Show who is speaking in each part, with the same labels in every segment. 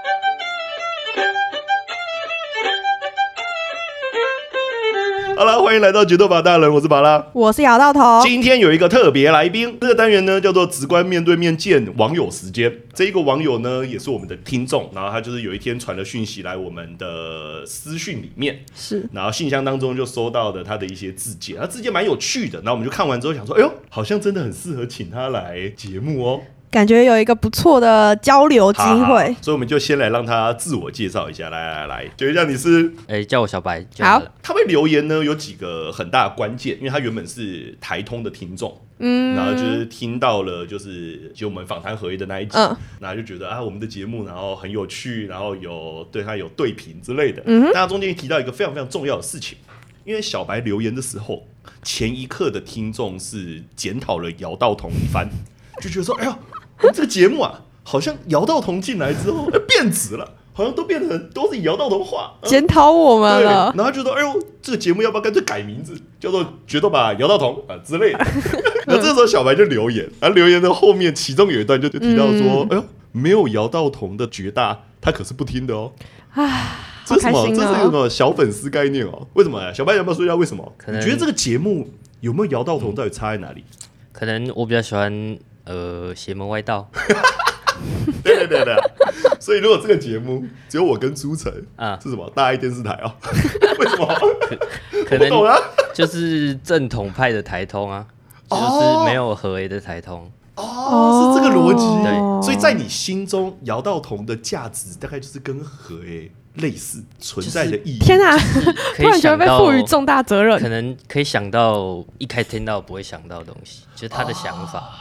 Speaker 1: 欢迎来到决斗吧大人，我是巴拉。
Speaker 2: 我是摇到头，
Speaker 1: 今天有一个特别来宾，这个单元呢叫做“直观面对面见网友时间”。这一个网友呢也是我们的听众，然后他就是有一天传了讯息来我们的私讯里面，
Speaker 2: 是
Speaker 1: 然后信箱当中就收到的他的一些字件，他字件蛮有趣的，然后我们就看完之后想说，哎呦，好像真的很适合请他来节目哦，
Speaker 2: 感觉有一个不错的交流机
Speaker 1: 好好
Speaker 2: 会。
Speaker 1: 所以我们就先来让他自我介绍一下，来来来，觉一下你是
Speaker 3: 哎、叫我小白就
Speaker 2: 好
Speaker 3: 了。
Speaker 1: 他会留言呢，有几个很大的关键，因为他原本是台通的听众，嗯，然后就是听到了就是就我们访谈合一的那一集，
Speaker 2: 嗯
Speaker 1: 然后就觉得啊我们的节目然后很有趣，然后有对他有对评之类的，嗯，但他中间提到一个非常非常重要的事情，因为小白留言的时候，前一刻的听众是检讨了姚道彤一番，就觉得说，哎呦，我们这个节目啊，好像姚道彤进来之后、哎变质了。好像都变成都是姚道彤话，嗯
Speaker 2: 检讨我们
Speaker 1: 对，
Speaker 2: 了
Speaker 1: 然，后就说：“哎呦，这个节目要不要干脆改名字，叫做《决斗吧姚道彤》啊之 类的。”然后
Speaker 2: 嗯
Speaker 1: 这时候小白就留言， 然后留言的后面其中有一段就就提到
Speaker 2: 嗯
Speaker 1: 说：“哎呦，没有姚道彤的绝大，他可是不听的哦。”这是什么？
Speaker 2: 好开心
Speaker 1: 这
Speaker 2: 哦
Speaker 1: 是什么小粉丝概念哦？为什么呀？小白有没有说一下为什么？
Speaker 3: 可
Speaker 1: 你
Speaker 3: 能
Speaker 1: 觉得这个节目有没有姚道彤到底差在哪 里？
Speaker 3: 可能我比较喜欢呃邪门歪道
Speaker 1: 对对 对对。所以如果这个节目只有我跟朱晨
Speaker 3: 啊
Speaker 1: 是什么大爱电视台 哦？为什么？
Speaker 3: 可
Speaker 1: 不懂
Speaker 3: 能
Speaker 1: 啊。
Speaker 3: 就是正统派的台通啊，
Speaker 2: 哦
Speaker 3: 就是没有合为的台通。
Speaker 1: 哦，是这个逻辑。
Speaker 2: 对
Speaker 1: 所以在你心中，姚道彤的价值大概就是跟和诶类似存在的意义。
Speaker 2: 天啊哪！
Speaker 3: 可
Speaker 2: 突然
Speaker 3: 以
Speaker 2: 觉得
Speaker 3: 想
Speaker 2: 被
Speaker 3: 到，
Speaker 2: 赋予重大责
Speaker 3: 可
Speaker 2: 任
Speaker 3: 能可以想到一开听到不会想到的东西，就是他的想法。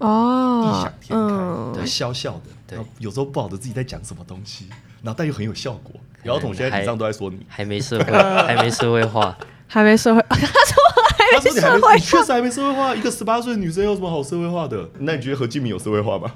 Speaker 1: 异
Speaker 2: 哦
Speaker 1: 想，天
Speaker 2: 嗯
Speaker 1: 开，，对，笑笑的，
Speaker 3: 对
Speaker 1: 然后有时候不晓得自己在讲什么东西，然后但又很有效果。
Speaker 2: 哎
Speaker 1: 姚道彤现在脸上都在说你，
Speaker 3: 还没社 会，还没社会化，
Speaker 2: 还没社会， 他说
Speaker 1: 他说你还
Speaker 2: 社会
Speaker 1: 没，你确实还没社会化。一个十八岁的女生有什么好社会化的？那你觉得何敬明有社会化吗？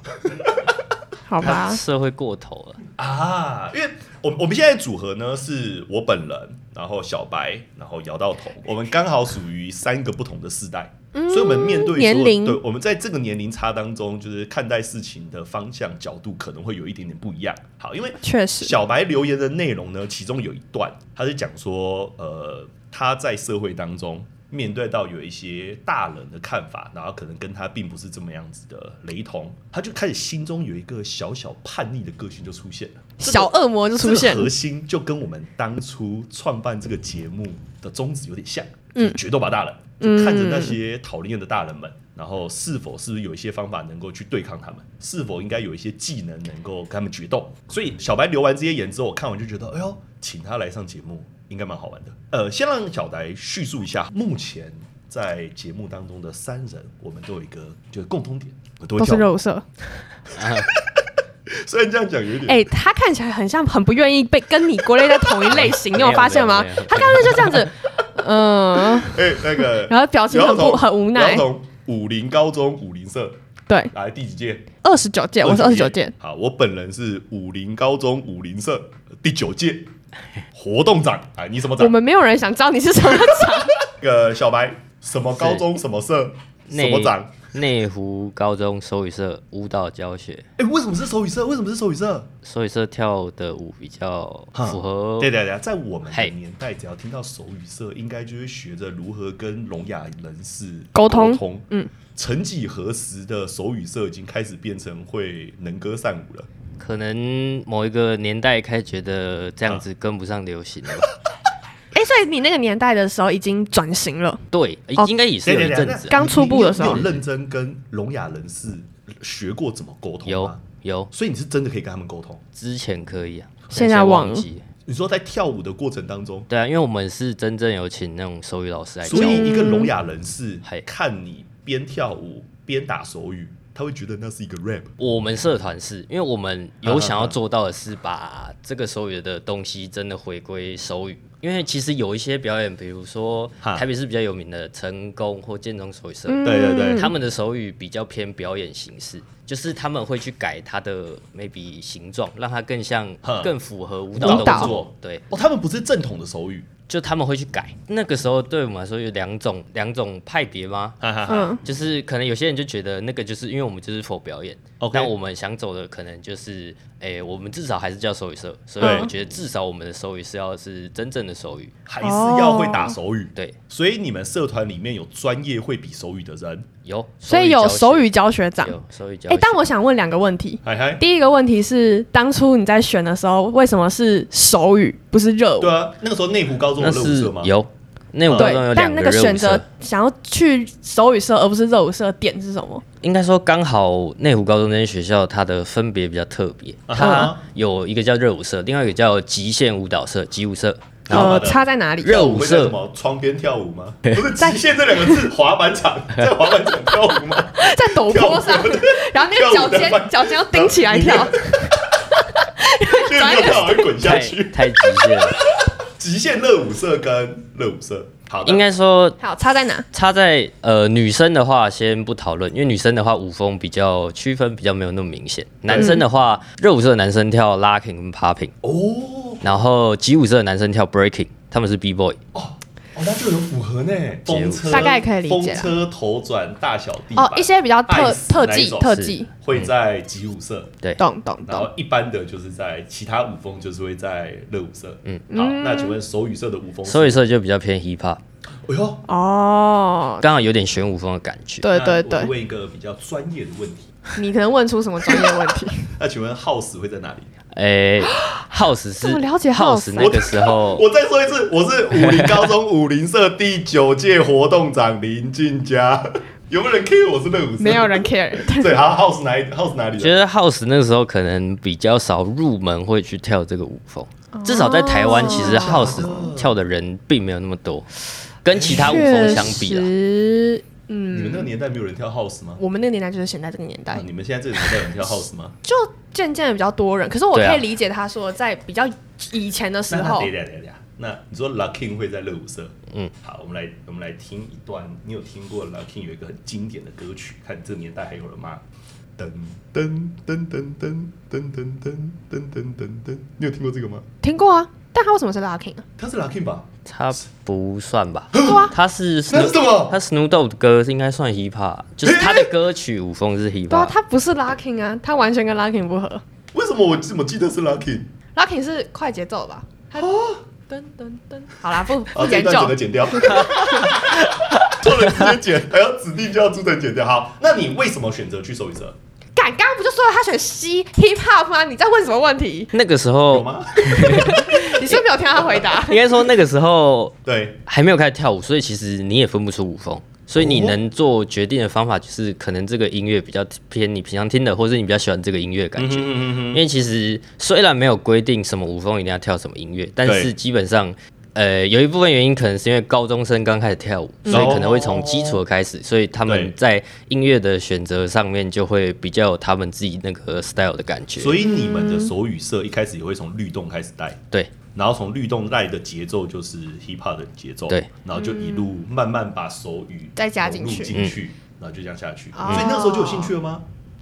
Speaker 2: 好吧，
Speaker 3: 社会过头了。
Speaker 1: 啊，因为我我们现在组合呢是我本人，然后小白，然后姚道彤，我们刚好属于三个不同的世代，所以我们面对所有
Speaker 2: 嗯年龄
Speaker 1: 对，我们在这个年龄差当中，就是看待事情的方向角度可能会有一点点不一样。好，因为
Speaker 2: 确实，
Speaker 1: 小白留言的内容呢，其中有一段他是讲说，呃，他在社会当中面对到有一些大人的看法，然后可能跟他并不是这么样子的雷同，他就开始心中有一个小小叛逆的个性就出现了。这个
Speaker 2: 小恶魔就出现
Speaker 1: 这个核心就跟我们当初创办这个节目的宗旨有点像，嗯，决斗吧大人，就看着那些讨人厌的大人们，然后是否是不是有一些方法能够去对抗他们，是否应该有一些技能能够跟他们决斗。所以小白留完这些言之后，我看完就觉得，哎呦，请他来上节目应该蛮好玩的。呃，先让小白叙述一下目前。在节目当中的三人，我们都有一个就是共通点，我都会
Speaker 2: 都是
Speaker 1: 跳舞。
Speaker 2: 肉色。
Speaker 3: 啊
Speaker 1: 虽然这样讲有一点，
Speaker 2: 哎，他看起来很像很不愿意被跟你归类在同一类型，你有
Speaker 3: 没有
Speaker 2: 发现吗
Speaker 3: 没有没有？
Speaker 2: 他刚刚就这样子，嗯，
Speaker 1: 哎、那个，
Speaker 2: 然后表情啊
Speaker 1: 姚
Speaker 2: 很不
Speaker 1: 总
Speaker 2: 很无奈
Speaker 1: 姚。总，武林高中武林社
Speaker 2: 对，
Speaker 1: 来第几届？
Speaker 2: 二十九届，我是二十九届，。
Speaker 1: 好，我本人是武林高中武林社第九届活动长。哎，你什么
Speaker 2: 我
Speaker 1: 长？
Speaker 2: 们没有人想知道你是什么长。
Speaker 1: 那个小白什么高中什么社什
Speaker 3: 内
Speaker 1: 么长？
Speaker 3: 内湖高中手语社舞蹈教学，
Speaker 1: 哎、为什么是手语社？为什么是手语社？
Speaker 3: 手语社跳的舞比较
Speaker 1: 哈
Speaker 3: 符合
Speaker 1: 对对对，在我们的
Speaker 3: 嘿
Speaker 1: 年代，只要听到手语社，应该就会学着如何跟聋哑人士
Speaker 2: 沟通
Speaker 1: 嗯，曾几何时的手语社已经开始变成会能歌善舞了。
Speaker 3: 可能某一个年代开始觉得这样子跟不上流行了吧？
Speaker 2: 哎，所以你那个年代的时候已经转型了，
Speaker 3: 对，
Speaker 2: 哦
Speaker 3: 应该也是有一阵子啊、
Speaker 2: 刚出部的时候
Speaker 1: 你有认真跟聋哑人士学过怎么沟通
Speaker 3: 有
Speaker 1: 吗？
Speaker 3: 有，
Speaker 1: 所以你是真的可以跟他们沟通。
Speaker 3: 之前可以啊，
Speaker 2: 现在
Speaker 3: 但
Speaker 2: 忘
Speaker 3: 忘
Speaker 2: 了
Speaker 3: 记了。
Speaker 1: 你说在跳舞的过程当中，
Speaker 3: 对啊，因为我们是真正有请那种手语老师来教
Speaker 1: 所，以一个聋哑人士
Speaker 3: 嗯嘿
Speaker 1: 看你边跳舞边打手语，他会觉得那是一个 rap。
Speaker 3: 我们社团是因为我们有想要做到的是把这个手语的东西真的回归手语。因为其实有一些表演，比如说
Speaker 1: 哈
Speaker 3: 台北市比较有名的成功或建中手语社，
Speaker 2: 嗯
Speaker 1: 对对对，
Speaker 3: 他们的手语比较偏表演形式，就是他们会去改它的 maybe 形状，让它更像
Speaker 1: 哼
Speaker 3: 更符合舞
Speaker 2: 舞
Speaker 3: 蹈
Speaker 2: 蹈
Speaker 3: 动作。对，
Speaker 1: 哦，他们不是正统的手语，
Speaker 3: 就他们会去改。那个时候对我们来说有两种两种派别吗？
Speaker 1: 哈哈哈。
Speaker 2: 嗯，
Speaker 3: 就是可能有些人就觉得那个就是因为我们就是否表演
Speaker 1: OK
Speaker 3: 但我们想走的可能就是，诶、我们至少还是叫手语社，所以
Speaker 1: 对
Speaker 3: 我觉得至少我们的手语是要是真正的手语，
Speaker 1: 还是要会打手语。
Speaker 3: 对，
Speaker 1: 所以你们社团里面有专业会比手语的人，
Speaker 3: 有，
Speaker 2: 所以有手
Speaker 3: 语
Speaker 2: 语教学
Speaker 3: 教
Speaker 2: 长
Speaker 3: 学，。有手语教
Speaker 2: 哎、
Speaker 3: 学，
Speaker 2: 但我想问两个问题。
Speaker 1: 嗨嗨，
Speaker 2: 第一个问题是，当初你在选的时候，为什么是手语不是热舞
Speaker 1: 对？啊，那个时候内湖高中有
Speaker 3: 那
Speaker 1: 热舞
Speaker 3: 是
Speaker 1: 社吗？
Speaker 3: 有，那我高
Speaker 2: 对
Speaker 3: 中有，两
Speaker 2: 但那个
Speaker 3: 热
Speaker 2: 选
Speaker 3: 舞
Speaker 2: 择
Speaker 3: 社，
Speaker 2: 想要去手语社而不是热舞社的点是什么？
Speaker 3: 应该说刚好内湖高中那间学校它的分别比较特别，
Speaker 1: 啊
Speaker 3: 它
Speaker 1: 哈
Speaker 3: 有一个叫热舞社，另外一个叫极限舞蹈社，极舞社，
Speaker 1: 然后
Speaker 2: 呃，
Speaker 1: 呢
Speaker 2: 差在哪里？
Speaker 3: 热舞
Speaker 1: 会在
Speaker 3: 社
Speaker 1: 什么窗边跳舞吗？不是极限这两个字，滑板场在滑板场跳舞吗？
Speaker 2: 在陡坡
Speaker 1: 跳
Speaker 2: 上
Speaker 1: 舞的，
Speaker 2: 然后那个脚
Speaker 1: 跳舞的
Speaker 2: 尖脚尖要顶起来跳。
Speaker 1: 因为没有跳完会滚下
Speaker 3: 太
Speaker 1: 去。
Speaker 3: 太极限了，
Speaker 1: 极限热舞社跟热舞社，好的，
Speaker 3: 应该说
Speaker 2: 好，差在哪？
Speaker 3: 差在呃女生的话先不讨论，因为女生的话舞风比较区分比较没有那么明显。男生的话，热舞社的男生跳 locking 跟 popping，
Speaker 1: 哦
Speaker 3: 然后吉舞社的男生跳 breaking，他们是 b boy。
Speaker 1: 哦，那就有符合呢，风车
Speaker 2: 大概可以理解啦
Speaker 1: 风车头转大小地板
Speaker 2: 哦，一些比较特
Speaker 1: Ice
Speaker 2: 特
Speaker 1: 那一
Speaker 2: 技
Speaker 1: 种
Speaker 2: 特
Speaker 3: 是
Speaker 2: 技，
Speaker 1: 会在集舞社，
Speaker 3: 对，
Speaker 2: 懂懂
Speaker 1: 然
Speaker 2: 懂。
Speaker 1: 后一般的就是在其他舞风就是会在热舞社。嗯，好，那请问手语社的舞风是？
Speaker 3: 所以社就比较偏 hip hop，
Speaker 1: 哎呦，
Speaker 2: 哦，
Speaker 3: 刚好有点玄舞风的感觉。
Speaker 2: 对
Speaker 1: 那
Speaker 2: 对
Speaker 1: 我
Speaker 2: 对，
Speaker 1: 问一个比较专业的问题，
Speaker 2: 你可能问出什么专业问题？
Speaker 1: 那请问 house 会在哪里？
Speaker 3: 诶、h o u s e
Speaker 2: 这
Speaker 3: 是
Speaker 2: 么了解
Speaker 3: house
Speaker 2: house
Speaker 3: 那个时候，
Speaker 1: 我再说一次，我是武林高中武林社第九届活动长林俊佳。有没有人 care 我是热舞社？
Speaker 2: 没有。人 care。
Speaker 1: 对，好，house 哪一 house 哪里
Speaker 3: 觉
Speaker 1: 的？
Speaker 3: 得 house 那个时候可能比较少入门会去跳这个舞风，
Speaker 2: 哦
Speaker 3: 至少在台湾，其实 house 跳的人并没有那么多，跟其他舞风相比啊啦。
Speaker 2: 实，
Speaker 1: 你们那
Speaker 2: 嗯，哎
Speaker 1: 个年代没有人跳 house 吗？
Speaker 2: 我们那个年代就是现在这个年
Speaker 1: 啊
Speaker 2: 代，
Speaker 3: 嗯
Speaker 1: 你们现在这个年代有人跳 house 吗？
Speaker 2: 就渐渐的比较多人。可是我
Speaker 3: 对啊
Speaker 2: 可以理解他说，在比较以前的时
Speaker 1: 那那
Speaker 2: 候
Speaker 1: 等一，下等一下等一下，那你说 Lucking 会在热舞社？
Speaker 3: 嗯，
Speaker 1: 好，我们来我们来听一段，你有听过 Lucking 有一个很经典的歌曲，看这年代还有人吗？噔噔噔噔噔噔噔噔噔噔噔噔，你有听过这个吗？
Speaker 2: 听过啊。但他为什么是 locking 啊？
Speaker 1: 它是 Lucking 吧？
Speaker 3: 他不算吧？
Speaker 2: 对啊，
Speaker 3: 他是
Speaker 1: 那是什
Speaker 3: Snoop,
Speaker 1: 么？
Speaker 3: 他 Snoop Dogg 的歌应该算 hip hop，就是他的歌曲舞风是 hip
Speaker 2: 对啊，
Speaker 3: hop。
Speaker 2: 他不是 locking 啊，他完全跟 locking 不合。
Speaker 1: 为什么我怎么记得是 Lucking？
Speaker 2: locking 是快节奏吧？他
Speaker 3: 哦
Speaker 2: 噔噔噔，好啦，不
Speaker 1: 啊，
Speaker 2: 不
Speaker 1: 这一
Speaker 2: 研
Speaker 1: 段整
Speaker 2: 究
Speaker 1: 个。剪掉。 错了直接剪，还要指定叫朱晨剪掉。好，那你为什么选择去手语社？
Speaker 2: 干，刚刚不就说了他选 C hip hop 吗？你在问什么问题？
Speaker 3: 那个时
Speaker 1: 有
Speaker 3: 候
Speaker 1: 吗？
Speaker 2: 你是不是没有听他回答
Speaker 3: ？应该说那个时候
Speaker 1: 对，
Speaker 3: 还没有开始跳舞，所以其实你也分不出舞风。所以
Speaker 1: 哦
Speaker 3: 你能做决定的方法就是，可能这个音乐比较偏你平常听的，或是你比较喜欢这个音乐的感觉。
Speaker 1: 嗯
Speaker 3: 因为其实虽然没有规定什么舞风一定要跳什么音乐，但
Speaker 1: 对
Speaker 3: 是基本上，呃，有一部分原因可能是因为高中生刚开始跳舞，
Speaker 1: 哦
Speaker 3: 所以可能会从基础的开始，所以他
Speaker 1: 对
Speaker 3: 们在音乐的选择上面就会比较有他们自己那个 style 的感觉。
Speaker 1: 所以你们的手语社一开始也会从律动开始带，
Speaker 3: 对，
Speaker 1: 然后从律动带的节奏就是 hip hop 的节奏，
Speaker 3: 对，
Speaker 1: 然后就一路慢慢把手语
Speaker 2: 再加进去
Speaker 1: 融入进去，然后就这样下去。
Speaker 2: 哦
Speaker 1: 所以那时候就有兴趣了吗？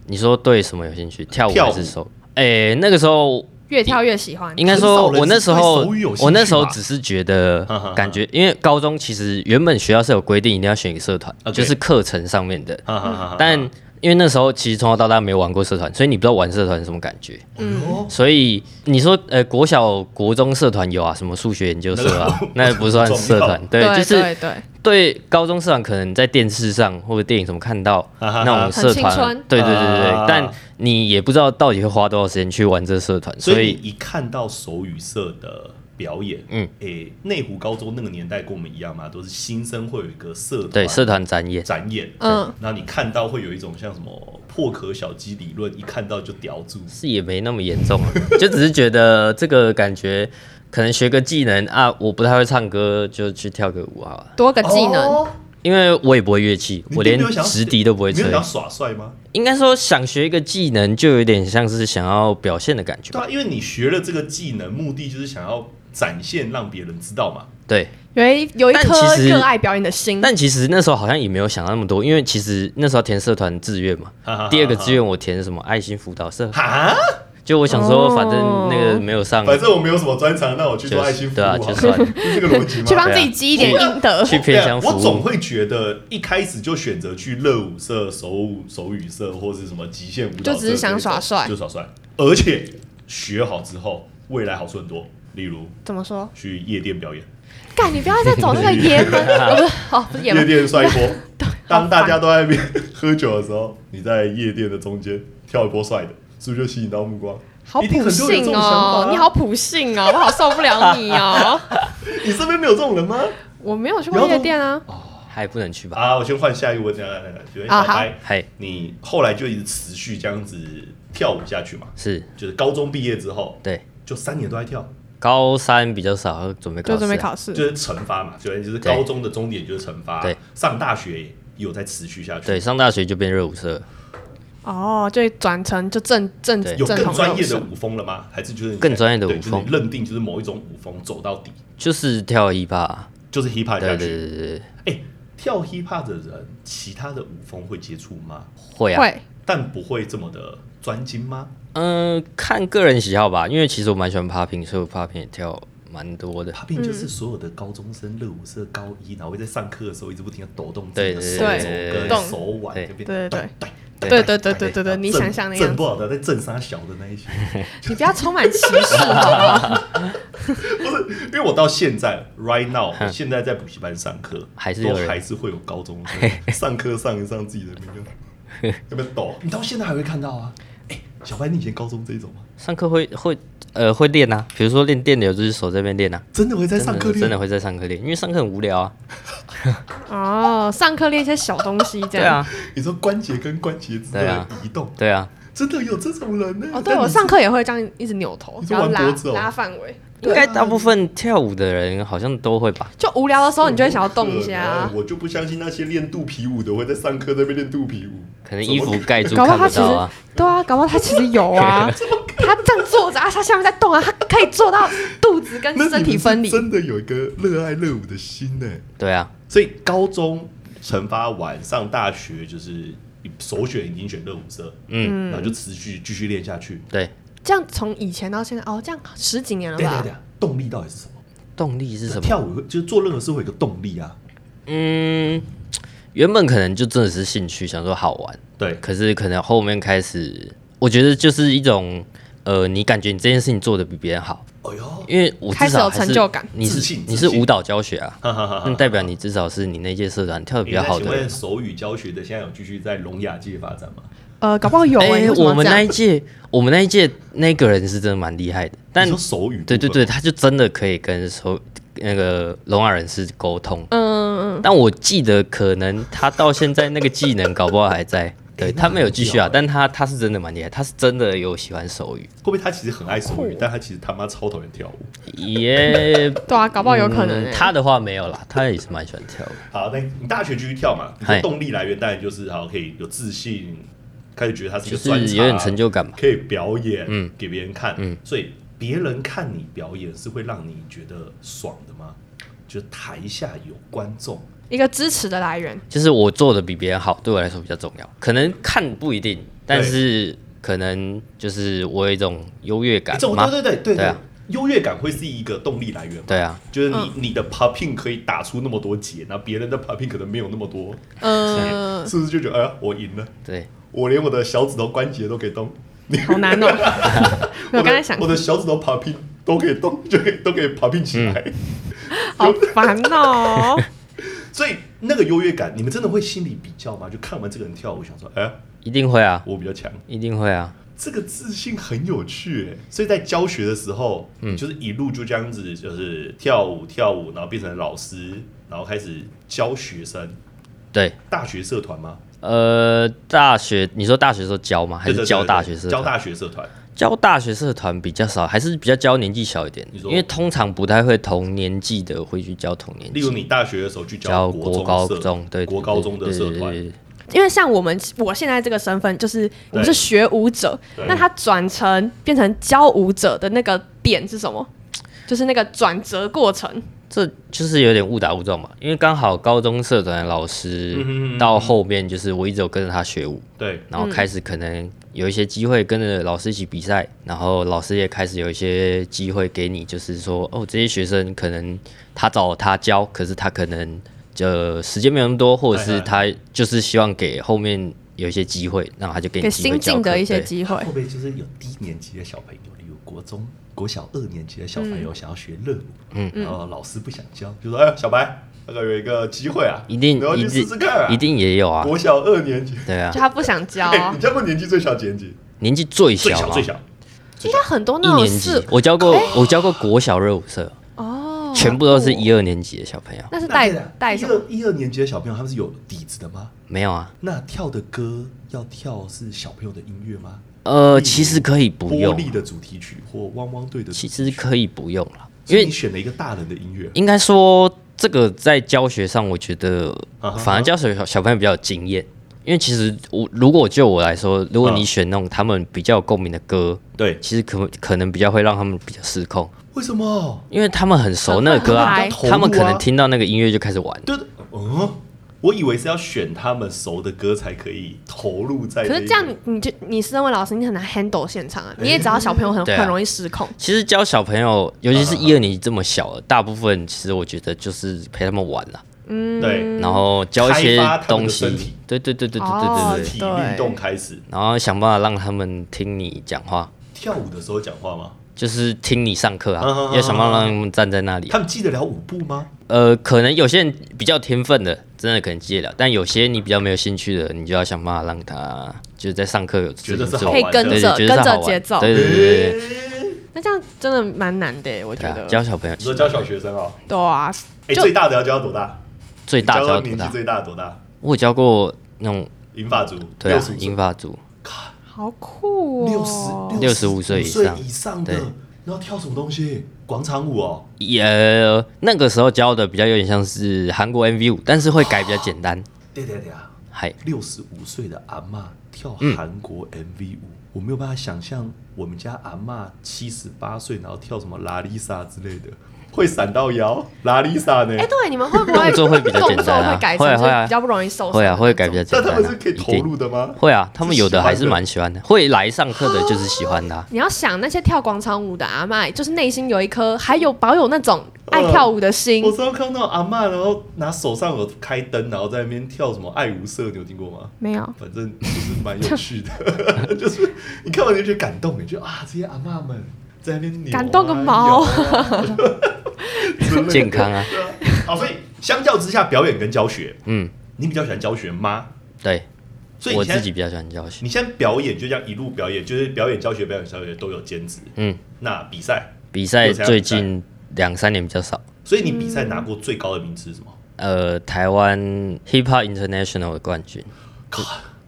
Speaker 3: 你说对什么有兴趣？跳舞
Speaker 1: 跳舞
Speaker 3: 还是手？哎、那个时候
Speaker 2: 越跳越喜欢。
Speaker 3: 应该
Speaker 1: 很
Speaker 3: 说，
Speaker 1: 少人
Speaker 3: 我那时候
Speaker 1: 对手语有兴趣吧
Speaker 3: 我那时候只是觉得感觉，因为高中其实原本学校是有规定一定要选一个社团
Speaker 1: OK
Speaker 3: 就是课程上面的。
Speaker 1: 哈哈哈哈
Speaker 3: 但因为那时候其实从小到大没玩过社团，所以你不知道玩社团是什么感觉。
Speaker 2: 嗯
Speaker 1: 哦，
Speaker 3: 所以你说呃，国小、国中社团有啊，什么数学研究社啊，
Speaker 1: 那个
Speaker 3: 那不算 社团。对，
Speaker 2: 对
Speaker 3: 就是
Speaker 2: 对对，
Speaker 3: 对高中社团可能在电视上或者电影什么看到那种社
Speaker 2: 很青
Speaker 3: 团
Speaker 2: 春，
Speaker 3: 对对对对
Speaker 1: 啊
Speaker 3: 对。但你也不知道到底会花多少时间去玩这社团，
Speaker 1: 所
Speaker 3: 所
Speaker 1: 以
Speaker 3: 以
Speaker 1: 你一看到手语社的表演，嗯
Speaker 3: 嗯，
Speaker 1: 诶，内湖高中那个年代跟我们一样嘛，都是新生会有一个社团，
Speaker 3: 对社团展演。
Speaker 1: 展演，嗯
Speaker 2: 嗯，
Speaker 1: 然后你看到会有一种像什么破壳小鸡理论，一看到就叼住，
Speaker 3: 是也没那么严重了，啊 就只是觉得这个感觉可能学个技能啊，我不太会唱歌，就去跳个舞好了。
Speaker 2: 多个技能。
Speaker 1: 哦
Speaker 3: 因为我也不会乐器，
Speaker 1: 你
Speaker 3: 我
Speaker 1: 并
Speaker 3: 连
Speaker 1: 没有想要
Speaker 3: 直笛都不会
Speaker 1: 你没
Speaker 3: 吹
Speaker 1: 有。想耍帅吗？
Speaker 3: 应该说想学一个技能，就有点像是想要表现的感觉
Speaker 1: 对
Speaker 3: 吧。
Speaker 1: 啊，因为你学了这个技能，目的就是想要展现，让别人知道嘛。
Speaker 3: 对，
Speaker 2: 有一有一
Speaker 3: 但
Speaker 2: 颗
Speaker 3: 其实
Speaker 2: 热爱表演的心，
Speaker 3: 但其实那时候好像也没有想那么多，因为其实那时候填社团志愿嘛
Speaker 1: 哈哈哈，
Speaker 3: 第二个志愿我填什么爱心辅导社，
Speaker 1: 哈，
Speaker 3: 就我想说
Speaker 2: 哦
Speaker 3: 反正那个没有上，
Speaker 1: 反正我没有什么专长，那我去做
Speaker 3: 就
Speaker 1: 爱
Speaker 3: 是
Speaker 1: 心服务
Speaker 3: 对啊
Speaker 1: 好了，
Speaker 3: 就算了
Speaker 1: 是这个逻辑吗？
Speaker 2: 去帮
Speaker 3: 对啊
Speaker 2: 自己积一点
Speaker 1: 我
Speaker 2: 阴德。
Speaker 3: 去
Speaker 1: 对
Speaker 3: 偏
Speaker 1: 啊，
Speaker 3: 向服
Speaker 1: 我总
Speaker 3: 务，
Speaker 1: 会觉得一开始就选择去热舞社、手舞、手语社或是什么极限舞蹈社这种，
Speaker 2: 就只是想耍帅
Speaker 1: 就耍帅，而且学好之后未来好处很多，例如
Speaker 2: 怎么说？
Speaker 1: 去夜店表演，
Speaker 2: 干，你不要再走那个爷们， 哦不是，哦不是爷
Speaker 1: 夜
Speaker 2: 们，
Speaker 1: 店帅一波。当大家都在那边喝酒的时候，你在夜店的中间跳一波帅的，是不是就吸引到目光？
Speaker 2: 好
Speaker 1: 一定
Speaker 2: 普
Speaker 1: 很多人有这
Speaker 2: 信
Speaker 1: 种想法
Speaker 2: 哦
Speaker 1: 啊，
Speaker 2: 你好普信哦，我好受不了你哦。
Speaker 1: 你身边没有这种人吗？
Speaker 2: 我没有去过夜店啊，
Speaker 3: 哦还不能去吧？
Speaker 1: 啊，我先换下一个问题，来来来来，觉得
Speaker 2: 啊
Speaker 1: 小白，
Speaker 3: 嘿，
Speaker 1: 你后来就一直持续这样子跳舞下去嘛？
Speaker 3: 是
Speaker 1: 就是高中毕业之后，
Speaker 3: 对，
Speaker 1: 就三年都在跳，高
Speaker 3: 高三比较少准备
Speaker 2: 就
Speaker 3: 考啊试，
Speaker 2: 准备考试
Speaker 1: 就。是惩罚嘛，就就是
Speaker 3: 对
Speaker 1: 高中的终点就是惩罚。
Speaker 3: 对，
Speaker 1: 上大学也有在持续下去，
Speaker 3: 对，，上大学就变热舞社，
Speaker 2: 哦，就转成就正正
Speaker 3: 对
Speaker 1: 有
Speaker 2: 正
Speaker 1: 更
Speaker 2: 统
Speaker 1: 专业
Speaker 2: 肉
Speaker 1: 的
Speaker 2: 身
Speaker 1: 舞风了吗？还是就是
Speaker 3: 更专业的
Speaker 1: 对
Speaker 3: 舞
Speaker 1: 就是
Speaker 3: 风
Speaker 1: 你认定就是某一种舞风走到底，
Speaker 3: 就是跳一吧，
Speaker 1: 就是 hip hop 下
Speaker 3: 对对
Speaker 1: 去。
Speaker 3: 对对对，
Speaker 1: 哎，跳 hip hop 的人，其他的舞风会接触吗？
Speaker 3: 会啊，
Speaker 2: 会
Speaker 1: 但不会这么的专精吗？
Speaker 3: 嗯，看个人喜好吧，因为其实我蛮喜欢 popping，所以我 popping 也跳蛮多的。
Speaker 1: Popping 就是所有的高中生热舞社高一，然后会在上课的时候一直不停的抖动自己的手
Speaker 3: 对
Speaker 1: 肘
Speaker 3: 对
Speaker 1: 跟
Speaker 3: 对
Speaker 2: 对
Speaker 1: 手腕，
Speaker 3: 对
Speaker 1: 这边
Speaker 2: 对对对
Speaker 1: 对
Speaker 2: 对对对对对对，你
Speaker 1: 正
Speaker 2: 想象那
Speaker 1: 正
Speaker 2: 样
Speaker 1: 不
Speaker 2: 子，
Speaker 1: 好的在正杀小的那一些，
Speaker 2: 你不要充满歧视好吗？
Speaker 1: 因为我到现在 right now，我现在在补习班上课，
Speaker 3: 还是
Speaker 1: 都
Speaker 3: 有人
Speaker 1: 还是会有高中 生上课上一上自己的名字，有没有抖？你到现在还会看到啊？哎，小白，你以前高中这种吗？
Speaker 3: 上课会会呃会练啊，比如说练电流，就是手这边练啊。
Speaker 1: 真的会在
Speaker 3: 真
Speaker 1: 上课
Speaker 3: 的
Speaker 1: 练？
Speaker 3: 真的会在上课练，因为上课很无聊啊。
Speaker 2: 哦，上课练一些小东西这
Speaker 3: 对
Speaker 2: 样。
Speaker 3: 啊，
Speaker 1: 你说关节跟关节之间
Speaker 3: 对
Speaker 1: 的
Speaker 3: 啊
Speaker 1: 移动，
Speaker 3: 对啊，
Speaker 1: 真的有这种人呢？
Speaker 2: 哦，对
Speaker 1: 但
Speaker 2: 我
Speaker 1: 你
Speaker 2: 上课也会这样一直扭头
Speaker 1: 你，是
Speaker 2: 然后
Speaker 1: 玩
Speaker 2: 拉
Speaker 1: 脖子哦
Speaker 2: 拉范围。
Speaker 3: 啊应该大部分跳舞的人好像都会吧。
Speaker 2: 就无聊的时候，你就会想要动一下
Speaker 1: 怎么
Speaker 2: 啊
Speaker 1: 可。能我就不相信那些练肚皮舞的会在上课那边练肚皮舞，
Speaker 3: 可能衣服盖住
Speaker 2: 搞不好他
Speaker 3: 看不
Speaker 2: 其
Speaker 3: 到啊，
Speaker 2: 实对啊，搞不好他其实有啊。他这样坐着，啊，他下面在动啊，他可以做到肚子跟
Speaker 1: 那你
Speaker 2: 身体
Speaker 1: 们
Speaker 2: 分离
Speaker 1: 是。真的有一个热爱热舞的心呢、
Speaker 3: 对啊，
Speaker 1: 所以高中惩罚完上大学就是首选已经选热舞社，
Speaker 3: 嗯，
Speaker 1: 然后就持续继续练下去。
Speaker 2: 嗯
Speaker 3: 对，
Speaker 2: 这样从以前到现在，哦，这样十几年了
Speaker 1: 对对
Speaker 2: 吧？
Speaker 1: 对，啊动力到底是什么？
Speaker 3: 动力是什么？
Speaker 1: 跳舞就是做任何事会有一个动力啊。
Speaker 3: 嗯，原本可能就真的是兴趣，想说好玩，
Speaker 1: 对，
Speaker 3: 可是可能后面开始，我觉得就是一种呃，你感觉你这件事情做的比别人好，
Speaker 1: 哎呦，
Speaker 3: 因为我至
Speaker 2: 开始有
Speaker 3: 少还是
Speaker 2: 成就感
Speaker 3: 你
Speaker 1: 自信
Speaker 3: 是你
Speaker 1: 自
Speaker 3: 是
Speaker 1: 信
Speaker 3: 舞蹈教学啊，
Speaker 1: 哈哈哈
Speaker 3: 那
Speaker 1: 哈。
Speaker 3: 代表你至少是你那届社团跳的比
Speaker 1: 你
Speaker 3: 较
Speaker 1: 那
Speaker 3: 好
Speaker 1: 请
Speaker 3: 的人
Speaker 1: 问。手语教学的现在有继续在聋哑界发展吗？
Speaker 2: 呃，搞不好有哎、
Speaker 3: 哎
Speaker 2: 为什么
Speaker 3: 我
Speaker 2: 这
Speaker 3: 们
Speaker 2: 样
Speaker 3: 那一届，我们那一届那个人是真的蛮厉害的，但
Speaker 1: 你说手语，
Speaker 3: 对对对，，他就真的可以跟手那个聋哑人士沟通。
Speaker 2: 嗯嗯嗯，
Speaker 3: 但我记得可能他到现在那个技能搞不好还在，
Speaker 1: 哎
Speaker 3: 对他没有继续啊，但他他是真的蛮厉害，他是真的有喜欢手语，
Speaker 1: 会不会他其实很爱手语，但他其实他妈超讨厌跳舞？
Speaker 3: 也
Speaker 2: 对 啊，搞不好有可能、欸
Speaker 3: 嗯他的话没有啦，他也是蛮喜欢跳舞。
Speaker 1: 好，那你大学继续跳嘛？你的
Speaker 3: 嗨
Speaker 1: 动力来源当然就是好，可以有自信，开始觉得他是一
Speaker 3: 就
Speaker 1: 个
Speaker 3: 是
Speaker 1: 专长，啊
Speaker 3: 有点成就感吧。
Speaker 1: 可以表演，
Speaker 3: 嗯
Speaker 1: 给别人看，
Speaker 3: 嗯
Speaker 1: 所以别人看你表演是会让你觉得爽的吗？就是台下有观众，
Speaker 2: 一个支持的来源。
Speaker 3: 就是我做的比别人好，对我来说比较重要。可能看不一定，但是可能就是我有一种优越感
Speaker 1: 这种
Speaker 3: 嘛。
Speaker 1: 对对对对
Speaker 3: 对
Speaker 1: 对
Speaker 3: 啊，
Speaker 1: 优越感会是一个动力来源嘛？
Speaker 3: 对啊，
Speaker 1: 就是
Speaker 2: 嗯
Speaker 1: 你你的 popping 可以打出那么多节，那别人的 popping 可能没有那么多，
Speaker 2: 嗯、
Speaker 1: 是不是就觉得哎呀我赢了？
Speaker 3: 对，
Speaker 1: 我连我的小指头关节都可以动，
Speaker 2: 好难哦、我刚才想
Speaker 1: 我，的小指头 popping 都可以动， 就可以都可以 popping 起来。
Speaker 2: 好烦哦、
Speaker 1: 所以那个优越感，你们真的会心里比较吗？就看完这个人跳舞，想说，哎、
Speaker 3: 一定会啊，
Speaker 1: 我比较强，
Speaker 3: 一定会啊。
Speaker 1: 这个自信很有趣、哎。所以在教学的时候，嗯，就是一路就这样子，就是跳舞跳舞，然后变成老师，然后开始教学生。
Speaker 3: 对，
Speaker 1: 大学社团吗？
Speaker 3: 呃，大学你说大学的时候教吗？还
Speaker 1: 对对
Speaker 3: 是
Speaker 1: 对
Speaker 3: 教
Speaker 1: 对
Speaker 3: 大学社
Speaker 1: 教
Speaker 3: 团？
Speaker 1: 大学社团，
Speaker 3: 教大学社团比较少，还是比较教年纪小一点，
Speaker 1: 你说
Speaker 3: 因为通常不太会同年纪的会去教同年
Speaker 1: 例如
Speaker 3: 纪。
Speaker 1: 你大学的时候去
Speaker 3: 教
Speaker 1: 国
Speaker 3: 国高
Speaker 1: 社
Speaker 3: 中，对对
Speaker 1: 国高中的
Speaker 3: 对对
Speaker 1: 社
Speaker 3: 对
Speaker 1: 团，
Speaker 3: 对对
Speaker 2: 因为像我们我现在这个身份，就是我们是学舞者
Speaker 1: 对，
Speaker 2: 那他转成变成教舞者的那个点是什么？就是那个转折过程，
Speaker 3: 这就是有点误打误撞嘛，因为刚好高中社团的老
Speaker 1: 嗯
Speaker 3: 师到后面就是我一直有跟着他学舞，
Speaker 1: 对，
Speaker 3: 然
Speaker 2: 嗯
Speaker 3: 后开始可能有一些机会跟着老师一起比赛，然后老师也开始有一些机会给你，就是说哦，这些学生可能他找他教，可是他可能就时间没有那么多，或者是他就是希望给后面有一些机会，然后他就给
Speaker 2: 给
Speaker 3: 你机会
Speaker 2: 新
Speaker 3: 教
Speaker 2: 进的
Speaker 3: 课
Speaker 2: 一些
Speaker 3: 对
Speaker 2: 机会
Speaker 1: 会。不会就是有低年级的小朋友，例如国中、国小二年级的小朋友想要学热舞，嗯，然后老师不想教，就说：“哎，小白，那个有一个机会啊，
Speaker 3: 一定
Speaker 1: 你要
Speaker 3: 一
Speaker 1: 去试
Speaker 3: 定
Speaker 1: 试看、啊。”
Speaker 3: 一定也有啊，
Speaker 1: 国小二年级，
Speaker 3: 对啊
Speaker 2: 就，他不想教
Speaker 1: 哎、
Speaker 2: 啊
Speaker 1: 你，教过年纪最小几年级？
Speaker 3: 年纪最
Speaker 1: 最
Speaker 3: 小啊
Speaker 1: 小
Speaker 3: 嘛
Speaker 1: 最，小，
Speaker 2: 应该很多
Speaker 3: 一
Speaker 2: 那种
Speaker 3: 年
Speaker 2: 哦是哎
Speaker 3: 级，我教过我教过国小热舞社，
Speaker 2: 哦，
Speaker 3: 全部都是一二年级的小朋友，
Speaker 2: 那是带
Speaker 1: 那对啊
Speaker 2: 带
Speaker 1: 一
Speaker 2: 什
Speaker 1: 二
Speaker 2: 么？
Speaker 1: 一二年级的小朋友，他们是有底子的吗？
Speaker 3: 没有啊，
Speaker 1: 那跳的歌要跳是小朋友的音乐吗？
Speaker 2: 嗯
Speaker 3: 呃，其实可以不
Speaker 1: 玻
Speaker 3: 用，
Speaker 1: 璃的主题曲或汪汪队的主
Speaker 3: 其
Speaker 1: 题曲，
Speaker 3: 实可以不用了，因
Speaker 1: 所以
Speaker 3: 为
Speaker 1: 你选了一个大人的音乐，
Speaker 3: 应该说这个在教学上，我觉得
Speaker 1: 啊哈
Speaker 3: 反而教学小小朋友比较有经验，因为其实我如果就我来说，如果
Speaker 1: 嗯
Speaker 3: 你选那种他们比较有共鸣的歌，
Speaker 1: 对，
Speaker 3: 其实可可能比较会让他们比较失控，
Speaker 1: 为什么？
Speaker 3: 因为他们很熟那个歌啊
Speaker 2: 很，
Speaker 1: 快
Speaker 3: 他们可
Speaker 1: 投入
Speaker 3: 能
Speaker 1: 啊
Speaker 3: 听到那个音乐就开始玩。
Speaker 1: 对的，嗯，我以为是要选他们熟的歌才可以投入在、
Speaker 2: 可是这样，你就你身为老师，你很难 handle 现场啊，你也知道小朋友很
Speaker 3: 对啊
Speaker 2: 很容易失控。
Speaker 3: 其实教小朋友，尤其是
Speaker 1: 嗯
Speaker 3: 一二年级这么小的，大部分其实我觉得就是陪他们玩啦，
Speaker 1: 对
Speaker 3: 然后教一
Speaker 1: 嗯
Speaker 3: 些
Speaker 1: 开发他们
Speaker 3: 东
Speaker 1: 的
Speaker 3: 西
Speaker 1: 身体，
Speaker 3: 对对对对对
Speaker 2: 哦
Speaker 3: 对对对，
Speaker 1: 体
Speaker 2: 对
Speaker 1: 运动开始
Speaker 3: 然后想办法让他们听你讲话，
Speaker 1: 跳舞的时候讲话吗？
Speaker 3: 就是听你上课
Speaker 1: 嗯嗯嗯
Speaker 3: 啊
Speaker 1: 嗯，
Speaker 3: 要想办法让他们站在那里啊、
Speaker 1: 他们记得了舞步吗？
Speaker 3: 呃，可能有些人比较天分的，真的可能记得了，但有些你比较没有兴趣的，你就要想办法让他就是在上课有事
Speaker 1: 觉得是
Speaker 3: 情做
Speaker 1: 好
Speaker 2: 可以
Speaker 1: 玩的
Speaker 2: 跟
Speaker 3: 对
Speaker 2: 着
Speaker 3: 对，觉得
Speaker 2: 跟
Speaker 3: 是好
Speaker 2: 着
Speaker 3: 玩
Speaker 2: 节奏，
Speaker 3: 对对对对对
Speaker 2: 那这样真的蛮难的耶，我觉
Speaker 3: 对啊，
Speaker 2: 得。
Speaker 3: 教小朋友
Speaker 1: 你说教小学生哦，
Speaker 2: 对啊，
Speaker 1: 哎、
Speaker 2: 就
Speaker 1: 最大的要教到多大？
Speaker 3: 最
Speaker 1: 教
Speaker 3: 大教
Speaker 1: 到
Speaker 3: 多
Speaker 1: 年纪
Speaker 3: 大？
Speaker 1: 最大的多大？
Speaker 3: 我有教过那种
Speaker 1: 银发族，
Speaker 3: 对
Speaker 1: 六
Speaker 3: 啊
Speaker 1: 十，五
Speaker 3: 英
Speaker 1: 岁，
Speaker 3: 法组，
Speaker 2: 好酷
Speaker 1: 六
Speaker 2: 哦！
Speaker 1: 十
Speaker 3: 65岁以上
Speaker 1: 以上的
Speaker 3: 对，
Speaker 1: 然后跳什么东西？广场舞哦，
Speaker 3: 也、那个时候教的比较有点像是韩国 MV 舞，但是会改比较简单，
Speaker 1: 对对对啊，
Speaker 3: 还
Speaker 1: 六十五岁的阿嬷跳韩国 MV 舞，我没有办法想象我们家阿嬷七十八岁，然后跳什么拉丽莎之类的，会闪到腰。拉丽莎呢？
Speaker 2: 哎、对，你们会不会
Speaker 3: 动作会比 较简单啊
Speaker 2: 动作会改成
Speaker 3: 会啊
Speaker 2: 就
Speaker 3: 会啊
Speaker 2: 是比较不容易受伤？
Speaker 3: 会啊
Speaker 1: 哦
Speaker 3: 会改比较
Speaker 1: 但
Speaker 3: 简
Speaker 1: 他
Speaker 3: 单、啊，
Speaker 1: 们是可以
Speaker 3: 一
Speaker 1: 投
Speaker 3: 定
Speaker 1: 入的吗？
Speaker 3: 会啊，他
Speaker 1: 是
Speaker 3: 们有的还
Speaker 1: 喜欢的
Speaker 3: 是蛮喜欢的，会来上课的就是喜欢的啊、
Speaker 2: 你要想那些跳广场舞的阿嬷，就是内心有一颗还有保有那种爱跳舞的心
Speaker 1: 我，上次看到阿嬷，然后拿手上有开灯，然后在那边跳什么爱无色，你有听过吗？
Speaker 2: 没有。
Speaker 1: 反正就是蛮有趣的， 就是你看完就觉得感动，你就啊，这些阿嬷们在那边扭啊
Speaker 2: 感动个毛！
Speaker 1: 摇啊 之类的
Speaker 3: 健康啊，
Speaker 1: 对好，所以相较之下，表演跟教学，
Speaker 3: 嗯，
Speaker 1: 你比较喜欢教学吗？
Speaker 3: 对，
Speaker 1: 所以
Speaker 3: 我
Speaker 1: 你
Speaker 3: 自
Speaker 1: 现
Speaker 3: 己
Speaker 1: 在
Speaker 3: 比较喜欢教学。
Speaker 1: 你现在表演就这样一路表演，就是表演教学、表演教学都有兼职。
Speaker 3: 嗯，
Speaker 1: 那比赛，
Speaker 3: 比赛
Speaker 1: 有参加
Speaker 3: 最
Speaker 1: 比赛
Speaker 3: 近两三年比较少。
Speaker 1: 所以你比赛拿过最高的名次是什么？
Speaker 3: 呃，台湾 Hip Hop International 的冠军，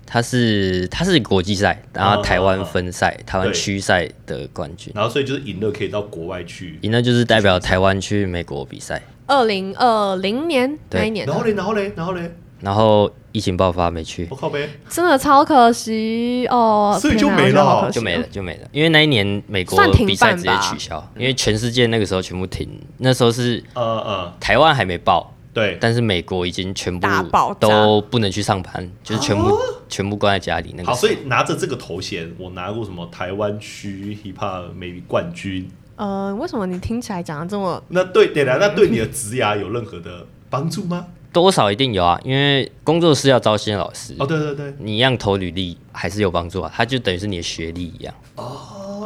Speaker 3: 它是它是国际赛，然后台湾分
Speaker 1: 哦
Speaker 3: 赛、台湾
Speaker 1: 对
Speaker 3: 区赛的冠军，
Speaker 1: 然后所以就是赢了可以到国外去，
Speaker 3: 赢了就是代表台湾去美国比赛。
Speaker 2: 二零二零年
Speaker 3: 对
Speaker 2: 那一年
Speaker 1: 然后嘞，然后嘞，然后嘞，
Speaker 3: 然后疫情爆发没去
Speaker 1: 我，靠呗，
Speaker 2: 真的超可惜哦，
Speaker 1: 所以就
Speaker 2: 天哪
Speaker 1: 没了
Speaker 2: 我觉得好可惜
Speaker 3: 就没了。就没了，因为那一年美国
Speaker 2: 算停
Speaker 3: 比赛
Speaker 2: 办
Speaker 3: 直接
Speaker 2: 吧
Speaker 3: 取消，因为全世界那个时候全部停，那时候是
Speaker 1: 呃呃，
Speaker 3: 台湾还没报，
Speaker 1: 对，
Speaker 3: 但是美国已经全部
Speaker 2: 大爆炸哦
Speaker 3: 都不能去上班，就是全部、全部关在家里。那个
Speaker 1: 好，
Speaker 3: 时
Speaker 1: 所
Speaker 3: 候
Speaker 1: 以拿着这个头衔，我拿过什么台湾区 hip hop maybe 冠军，
Speaker 2: 呃，为什么你听起来讲的这么
Speaker 1: 那对对了，那对你的职涯有任何的帮助吗？
Speaker 3: 多少一定有啊，因为工作室要招新的老师，
Speaker 1: 哦，对对对，
Speaker 3: 你一样投履历还是有帮助啊，它就等于是你的学历一样。
Speaker 2: 哦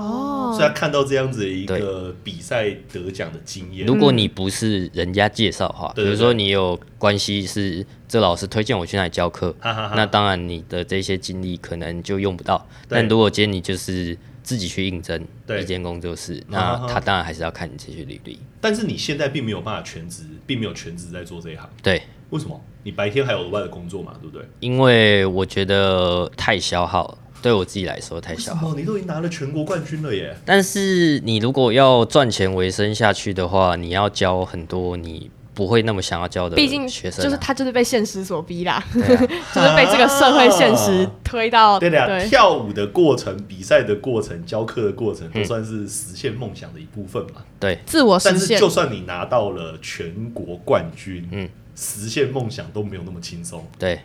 Speaker 1: 所以他看到这样子的一个比赛得奖的经验，
Speaker 3: 如果你不是人家介绍的话，
Speaker 1: 对对
Speaker 3: 比如说你有关系是这老师推荐我去那里教课，
Speaker 1: 哈哈哈
Speaker 3: 那当然你的这些经历可能就用不到。
Speaker 1: 对
Speaker 3: 但如果今天你就是自己去应征
Speaker 1: 对
Speaker 3: 一间工作室，
Speaker 1: 哈
Speaker 3: 那
Speaker 1: 哈哈
Speaker 3: 他当然还是要看你这些履历。
Speaker 1: 但是你现在并没有办法全职，并没有全职在做这一行，
Speaker 3: 对，
Speaker 1: 为什么？你白天还有额外的工作嘛，对不对？
Speaker 3: 因为我觉得太消耗了，对我自己来说太
Speaker 1: 为
Speaker 3: 消
Speaker 1: 什
Speaker 3: 耗。
Speaker 1: 么你都已经拿了全国冠军了耶？
Speaker 3: 但是你如果要赚钱维生下去的话，你要教很多你不会那么想要教的
Speaker 2: 毕竟
Speaker 3: 学生啊、
Speaker 2: 就是他就是被现实所逼啦，
Speaker 3: 对啊、
Speaker 2: 就是被这个社会现实推
Speaker 3: 哦
Speaker 2: 到
Speaker 1: 对的呀，
Speaker 2: 对
Speaker 1: 跳舞的过程、比赛的过程、教课的过程，
Speaker 3: 嗯
Speaker 1: 都算是实现梦想的一部分嘛。
Speaker 3: 对，
Speaker 2: 自我
Speaker 1: 但
Speaker 2: 实
Speaker 1: 是
Speaker 2: 现
Speaker 1: 就。算你拿到了全国冠军，
Speaker 3: 嗯，
Speaker 1: 实现梦想都没有那么轻松，
Speaker 3: 对，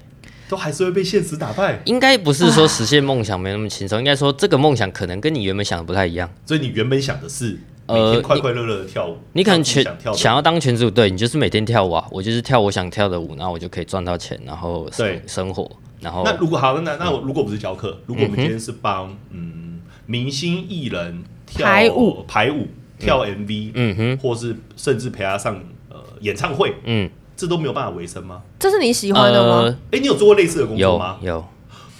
Speaker 1: 都还是会被现实打败。
Speaker 3: 应该不是说实现梦想没那么轻松，应该说这个梦想可能跟你原本想的不太一样。
Speaker 1: 所以你原本想的是每
Speaker 3: 呃
Speaker 1: 天快快乐乐的跳舞，
Speaker 3: 你可能
Speaker 1: 跳自己
Speaker 3: 全
Speaker 1: 想跳的
Speaker 3: 想要当全职舞，对你就是每天跳舞啊，我就是跳我想跳的舞，然后我就可以赚到钱，然后
Speaker 1: 对
Speaker 3: 生生活，然后呃
Speaker 1: 那如果好，那那我如果不是教课，如果我们今天是帮嗯明星艺人跳
Speaker 2: 排舞、
Speaker 1: 排舞、跳 MV，
Speaker 3: 嗯哼，
Speaker 1: 或是甚至陪他上呃演唱会，
Speaker 3: 嗯，
Speaker 1: 这都没有办法维生吗？
Speaker 2: 这是你喜欢的吗？
Speaker 3: 呃，
Speaker 1: 哎，你有做过类似的工作
Speaker 3: 有
Speaker 1: 吗？
Speaker 3: 有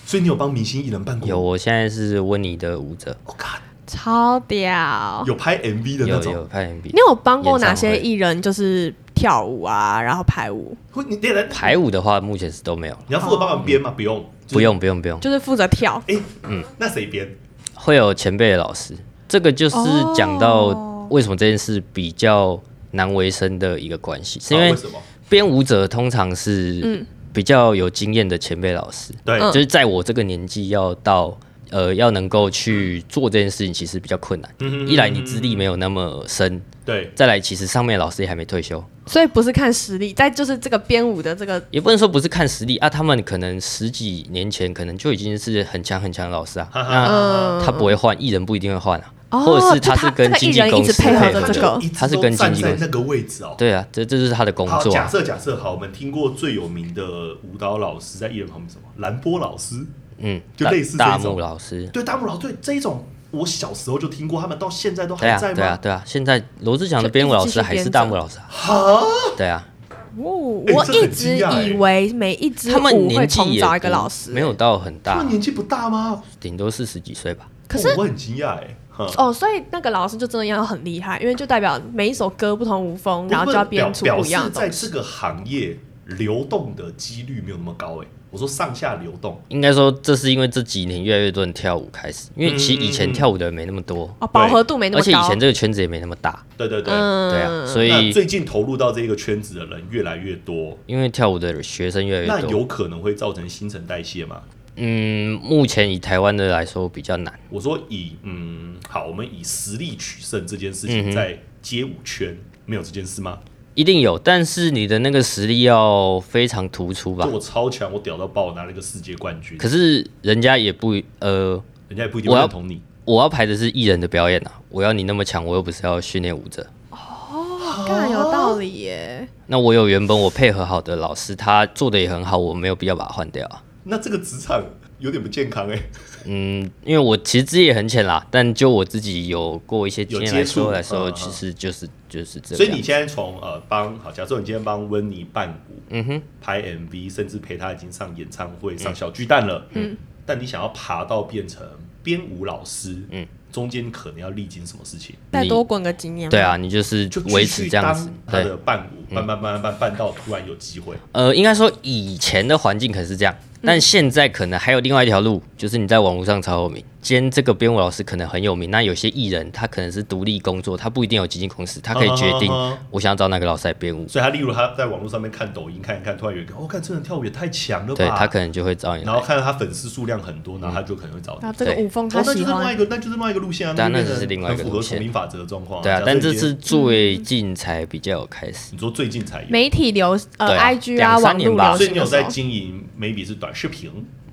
Speaker 1: 所以你有帮明星艺人办过？
Speaker 3: 有，我现在是温妮的舞者，
Speaker 1: 我靠，
Speaker 2: 超屌！
Speaker 1: 有拍 MV 的那
Speaker 3: 有
Speaker 1: 种。
Speaker 3: 有拍 MV，
Speaker 2: 你有帮过哪
Speaker 3: 演
Speaker 2: 些
Speaker 3: 唱会
Speaker 2: 艺人？就是跳舞啊，然后排舞，
Speaker 1: 会你你来
Speaker 3: 排舞的话，目前是都没有了，
Speaker 1: 你要负责帮忙编吗？不用，就是
Speaker 3: 不。用不用不用，
Speaker 2: 就是负责跳。
Speaker 1: 哎，嗯，那谁编？
Speaker 3: 会有前辈的老师，这个就是讲到
Speaker 2: 哦
Speaker 3: 为什么这件事比较难为生的一个关系，是因
Speaker 1: 啊
Speaker 3: 为
Speaker 1: 为什么？
Speaker 3: 编舞者通常是
Speaker 2: 嗯
Speaker 3: 比较有经验的前辈老师，
Speaker 1: 对，
Speaker 3: 就是在我这个年纪要到呃要能够去做这件事情，其实比较困难。
Speaker 1: 嗯
Speaker 3: 一来你资历没有那么深，
Speaker 1: 对，
Speaker 3: 再来其实上面的老师也还没退休，
Speaker 2: 所以不是看实力，在就是这个编舞的这个
Speaker 3: 也不能说不是看实力啊，他们可能十几年前可能就已经是很强很强的老师啊，那他不会换，艺人不一定会换啊，
Speaker 2: 嗯哦
Speaker 3: 或者是
Speaker 2: 就他
Speaker 3: 是跟
Speaker 2: 这个
Speaker 3: 经
Speaker 2: 艺
Speaker 3: 纪
Speaker 2: 人
Speaker 3: 公司
Speaker 2: 一直配合
Speaker 3: 合
Speaker 2: 着这个
Speaker 1: 一直
Speaker 3: 他是
Speaker 1: 都
Speaker 3: 跟经
Speaker 1: 站
Speaker 3: 纪
Speaker 1: 在
Speaker 3: 公司，
Speaker 1: 那个位置哦。
Speaker 3: 对啊，这这就是他的工
Speaker 1: 好，
Speaker 3: 作、
Speaker 1: 假
Speaker 3: 啊，
Speaker 1: 设假设好，我们听过最有名的舞蹈老师在艺人旁边什么？兰波老师，
Speaker 3: 嗯，
Speaker 1: 就
Speaker 3: 大
Speaker 1: 类似这
Speaker 3: 大
Speaker 1: 种
Speaker 3: 木老师，
Speaker 1: 对，大木老师，对这一种，我小时候就听过，他们到现在都
Speaker 3: 对
Speaker 1: 还
Speaker 3: 啊
Speaker 1: 在
Speaker 3: 对啊
Speaker 1: 吗？
Speaker 3: 对啊，现在罗志祥的编舞老
Speaker 2: 就一直
Speaker 3: 师
Speaker 2: 继续
Speaker 3: 还是
Speaker 2: 编
Speaker 3: 大
Speaker 2: 着
Speaker 3: 木老师 啊，
Speaker 1: 哈，
Speaker 3: 对啊，
Speaker 2: 哦
Speaker 3: 欸
Speaker 1: 哎
Speaker 2: 我
Speaker 1: 这
Speaker 2: 一
Speaker 1: 很
Speaker 2: 直
Speaker 1: 惊讶哎
Speaker 2: 以为每一支
Speaker 3: 他们
Speaker 2: 舞会
Speaker 3: 年纪
Speaker 2: 重
Speaker 3: 也
Speaker 2: 找一个
Speaker 3: 不
Speaker 2: 老师，
Speaker 3: 没有到很
Speaker 1: 他
Speaker 3: 大
Speaker 1: 们，年纪不大吗？
Speaker 3: 顶多四十几岁吧。
Speaker 2: 可是
Speaker 1: 哦我很惊讶哎。哈
Speaker 2: 哦，所以那个老师就真的要很厉害，因为就代表每一首歌不同舞风，然后就要编出
Speaker 1: 表
Speaker 2: 不
Speaker 1: 表
Speaker 2: 一样
Speaker 1: 示
Speaker 2: 的
Speaker 1: 在
Speaker 2: 东西。
Speaker 1: 这个行业流动的几率没有那么高哎、我说上下流动，
Speaker 3: 应该说，这是因为这几年越来越多人跳舞开始，因为其实以前跳舞的人没那么多，
Speaker 2: 哦，饱和嗯度没那
Speaker 3: 而
Speaker 2: 么
Speaker 3: 且以
Speaker 2: 高
Speaker 3: 前。这个圈子也没那么大，
Speaker 1: 对对对。
Speaker 2: 嗯
Speaker 3: 对啊，所
Speaker 1: 那
Speaker 3: 以
Speaker 1: 最近投入到这个圈子的人越来越多，
Speaker 3: 因为跳舞的学生越来
Speaker 1: 那
Speaker 3: 越多，
Speaker 1: 有可能会造成新陈代谢吗？
Speaker 3: 嗯，目前以台湾的来说比较难，
Speaker 1: 我说以嗯，好，我们以实力取胜这件
Speaker 3: 嗯
Speaker 1: 事情，在街舞圈没有这件事吗？
Speaker 3: 一定有，但是你的那个实力要非常突出吧
Speaker 1: 就。我超强，我屌到爆，我拿了一个世界冠军，
Speaker 3: 可是人家也不呃，
Speaker 1: 人家也不一定
Speaker 3: 我
Speaker 1: 会
Speaker 3: 要
Speaker 1: 认同你。
Speaker 3: 我要排的是艺人的表演啊，我要你那么强，我又不是要训练舞者。
Speaker 2: 干有道理耶！
Speaker 3: 那我有原本我配合好的老师，他做的也很好，我没有必要把他换掉啊。
Speaker 1: 那这个职场有点不健康哎、
Speaker 3: 嗯，因为我其实资历也很浅啦，但就我自己有过一些经验来说
Speaker 1: 有接触
Speaker 3: 来说，
Speaker 1: 嗯嗯
Speaker 3: 其实就是就是这样。
Speaker 1: 所以你现在从呃帮好，假设你今天帮温妮伴舞，嗯哼，拍 MV，甚至陪她已经上演唱会、上小巨蛋了，嗯，但你想要爬到变成编舞老师，嗯，中间可能要历经什么事情？
Speaker 2: 再多滚个经验。
Speaker 3: 哦对，啊，你就是
Speaker 1: 就继续
Speaker 3: 维持这样子
Speaker 1: 当。他
Speaker 3: 对，嗯
Speaker 1: 的伴舞，办办办办办到突然有机会，
Speaker 3: 呃，应该说以前的环境可能是这样，但现在可能还有另外一条路，就是你在网络上超有名。今天这个编舞老师可能很有名，那有些艺人他可能是独立工作，他不一定有经纪公司，他可以决
Speaker 1: 嗯
Speaker 3: 定
Speaker 1: 嗯嗯嗯
Speaker 3: 我想要找哪个老师来编舞，
Speaker 1: 所以他例如他在网络上面看抖音看一看，突然有一个，哦，看这人跳舞也太强了吧，
Speaker 3: 对他可能就嗯会找你
Speaker 1: 然
Speaker 3: 来
Speaker 1: 后。看到他粉丝数量很多，然后他就可能会找你
Speaker 2: 然后这个
Speaker 3: 对
Speaker 2: 舞风
Speaker 1: 哦，
Speaker 2: 嗯他
Speaker 1: 那就是
Speaker 2: 喜
Speaker 1: 另外一
Speaker 2: 欢，
Speaker 1: 个，那就是另外一个路线啊，
Speaker 3: 对啊
Speaker 1: 就
Speaker 3: 那就是
Speaker 1: 很
Speaker 3: 另外一个
Speaker 1: 很符合
Speaker 3: 路线
Speaker 1: 丛林法则的状况。
Speaker 3: 对啊
Speaker 1: 假，设
Speaker 3: 但
Speaker 1: 你
Speaker 3: 这
Speaker 1: 今天
Speaker 3: 是最近才比较有开始。
Speaker 1: 你说最近才有，
Speaker 2: 媒体流呃
Speaker 3: 对啊
Speaker 2: IG 啊
Speaker 3: 两三
Speaker 2: 网
Speaker 3: 年
Speaker 2: 络流
Speaker 3: 吧
Speaker 1: 所以
Speaker 2: 行
Speaker 1: 你
Speaker 2: 的
Speaker 1: 有
Speaker 2: 时
Speaker 1: 在
Speaker 2: 候，
Speaker 1: 经营，maybe 是短视频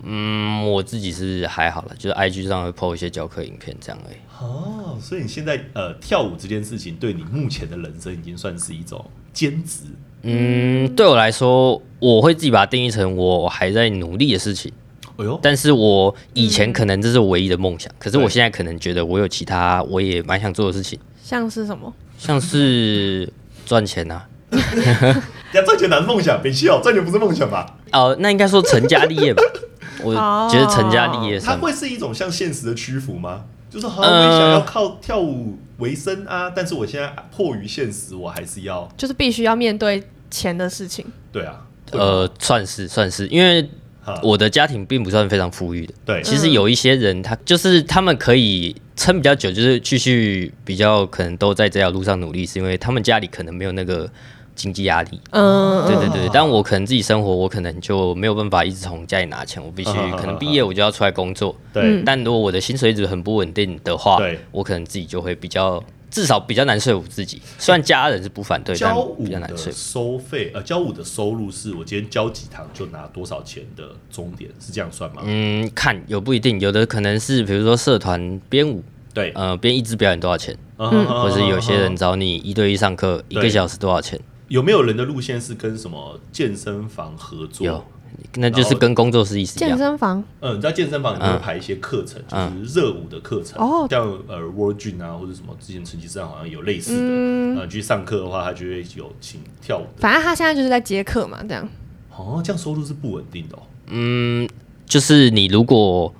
Speaker 3: 嗯，我自己是还好了，就是 IG 上会 po 一些教课影片这样而已。
Speaker 1: 哦。所以你现在呃跳舞这件事情，对你目前的人生已经算是一种兼职。
Speaker 3: 嗯，对我来说，我会自己把它定义成我还在努力的事情，
Speaker 1: 哎呦，
Speaker 3: 但是我以前可能这是唯一的梦想，可是
Speaker 1: 对
Speaker 3: 我现在可能觉得我有其他我也蛮想做的事情，
Speaker 2: 像是什么？
Speaker 3: 像是赚钱啊。
Speaker 1: 呀，赚钱哪是梦想？北西哦，赚钱不是梦想吧？
Speaker 3: 哦，那应该说成家立业吧，我觉得成家立业
Speaker 1: 它
Speaker 3: 算。
Speaker 1: 会是一种向现实的屈服吗？就是好，我
Speaker 3: 呃
Speaker 1: 也想要靠跳舞为生啊，但是我现在迫于现实，我还是要
Speaker 2: 就是必须要面对钱的事情。
Speaker 1: 对啊，会吗
Speaker 3: 呃，算是算是，因为
Speaker 1: 哈
Speaker 3: 我的家庭并不算非常富裕的，
Speaker 1: 对，
Speaker 3: 其实有一些人，他就是他们可以撑比较久，就是继续比较可能都在这条路上努力，是因为他们家里可能没有那个经济压力。
Speaker 2: 嗯，
Speaker 3: 对对对，但我可能自己生活，我可能就没有办法一直从家里拿钱，我必须
Speaker 1: 啊啊啊啊
Speaker 3: 可能毕业我就要出来工作。
Speaker 1: 对
Speaker 3: 但如果我的薪水一直很不稳定的话
Speaker 1: 对，
Speaker 3: 我可能自己就会比较，至少比较难说服自己。虽然家人是不反对，但
Speaker 1: 教舞
Speaker 3: 比较难
Speaker 1: 的
Speaker 3: 说服。
Speaker 1: 收费，呃，教舞的收入是我今天教几堂就拿多少钱的终点，是这样算吗？
Speaker 3: 嗯，看有不一定，有的可能是比如说社团编舞，
Speaker 1: 对，
Speaker 3: 呃，编一支表演多少钱，
Speaker 1: 嗯
Speaker 3: 或是有些人找你一对一上课，一
Speaker 1: 对
Speaker 3: 个小时多少钱？
Speaker 1: 有没有人的路线是跟什么健身房合作？
Speaker 3: 有，那就是跟工作室意思一
Speaker 2: 健
Speaker 3: 样。
Speaker 2: 身房
Speaker 1: 嗯，你嗯在健身房里面会排一些课程，就是热舞的课程，
Speaker 2: 哦
Speaker 1: 像呃 World Gym 啊，或者什么之前成吉思汗好像有类似的，
Speaker 2: 嗯
Speaker 1: 呃，去上课的话，他就会有请跳舞的。
Speaker 2: 反正他现在就是在接客嘛，这样。
Speaker 1: 哦，这样收入是不稳定的哦。
Speaker 3: 嗯，就是你如果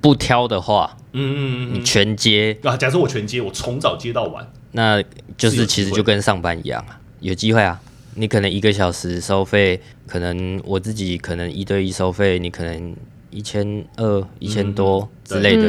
Speaker 3: 不挑的话，
Speaker 1: 嗯嗯
Speaker 3: 你全接，
Speaker 1: 嗯。啊，假设我全接，我从早接到晚，
Speaker 3: 那就是是
Speaker 1: 有
Speaker 3: 其
Speaker 1: 机
Speaker 3: 实
Speaker 1: 会
Speaker 3: 就跟上班一样啊，有机会啊。你可能一个小时收费，可能我自己可能一对一收费，你可能一千二、一千
Speaker 1: 嗯
Speaker 3: 多之类的，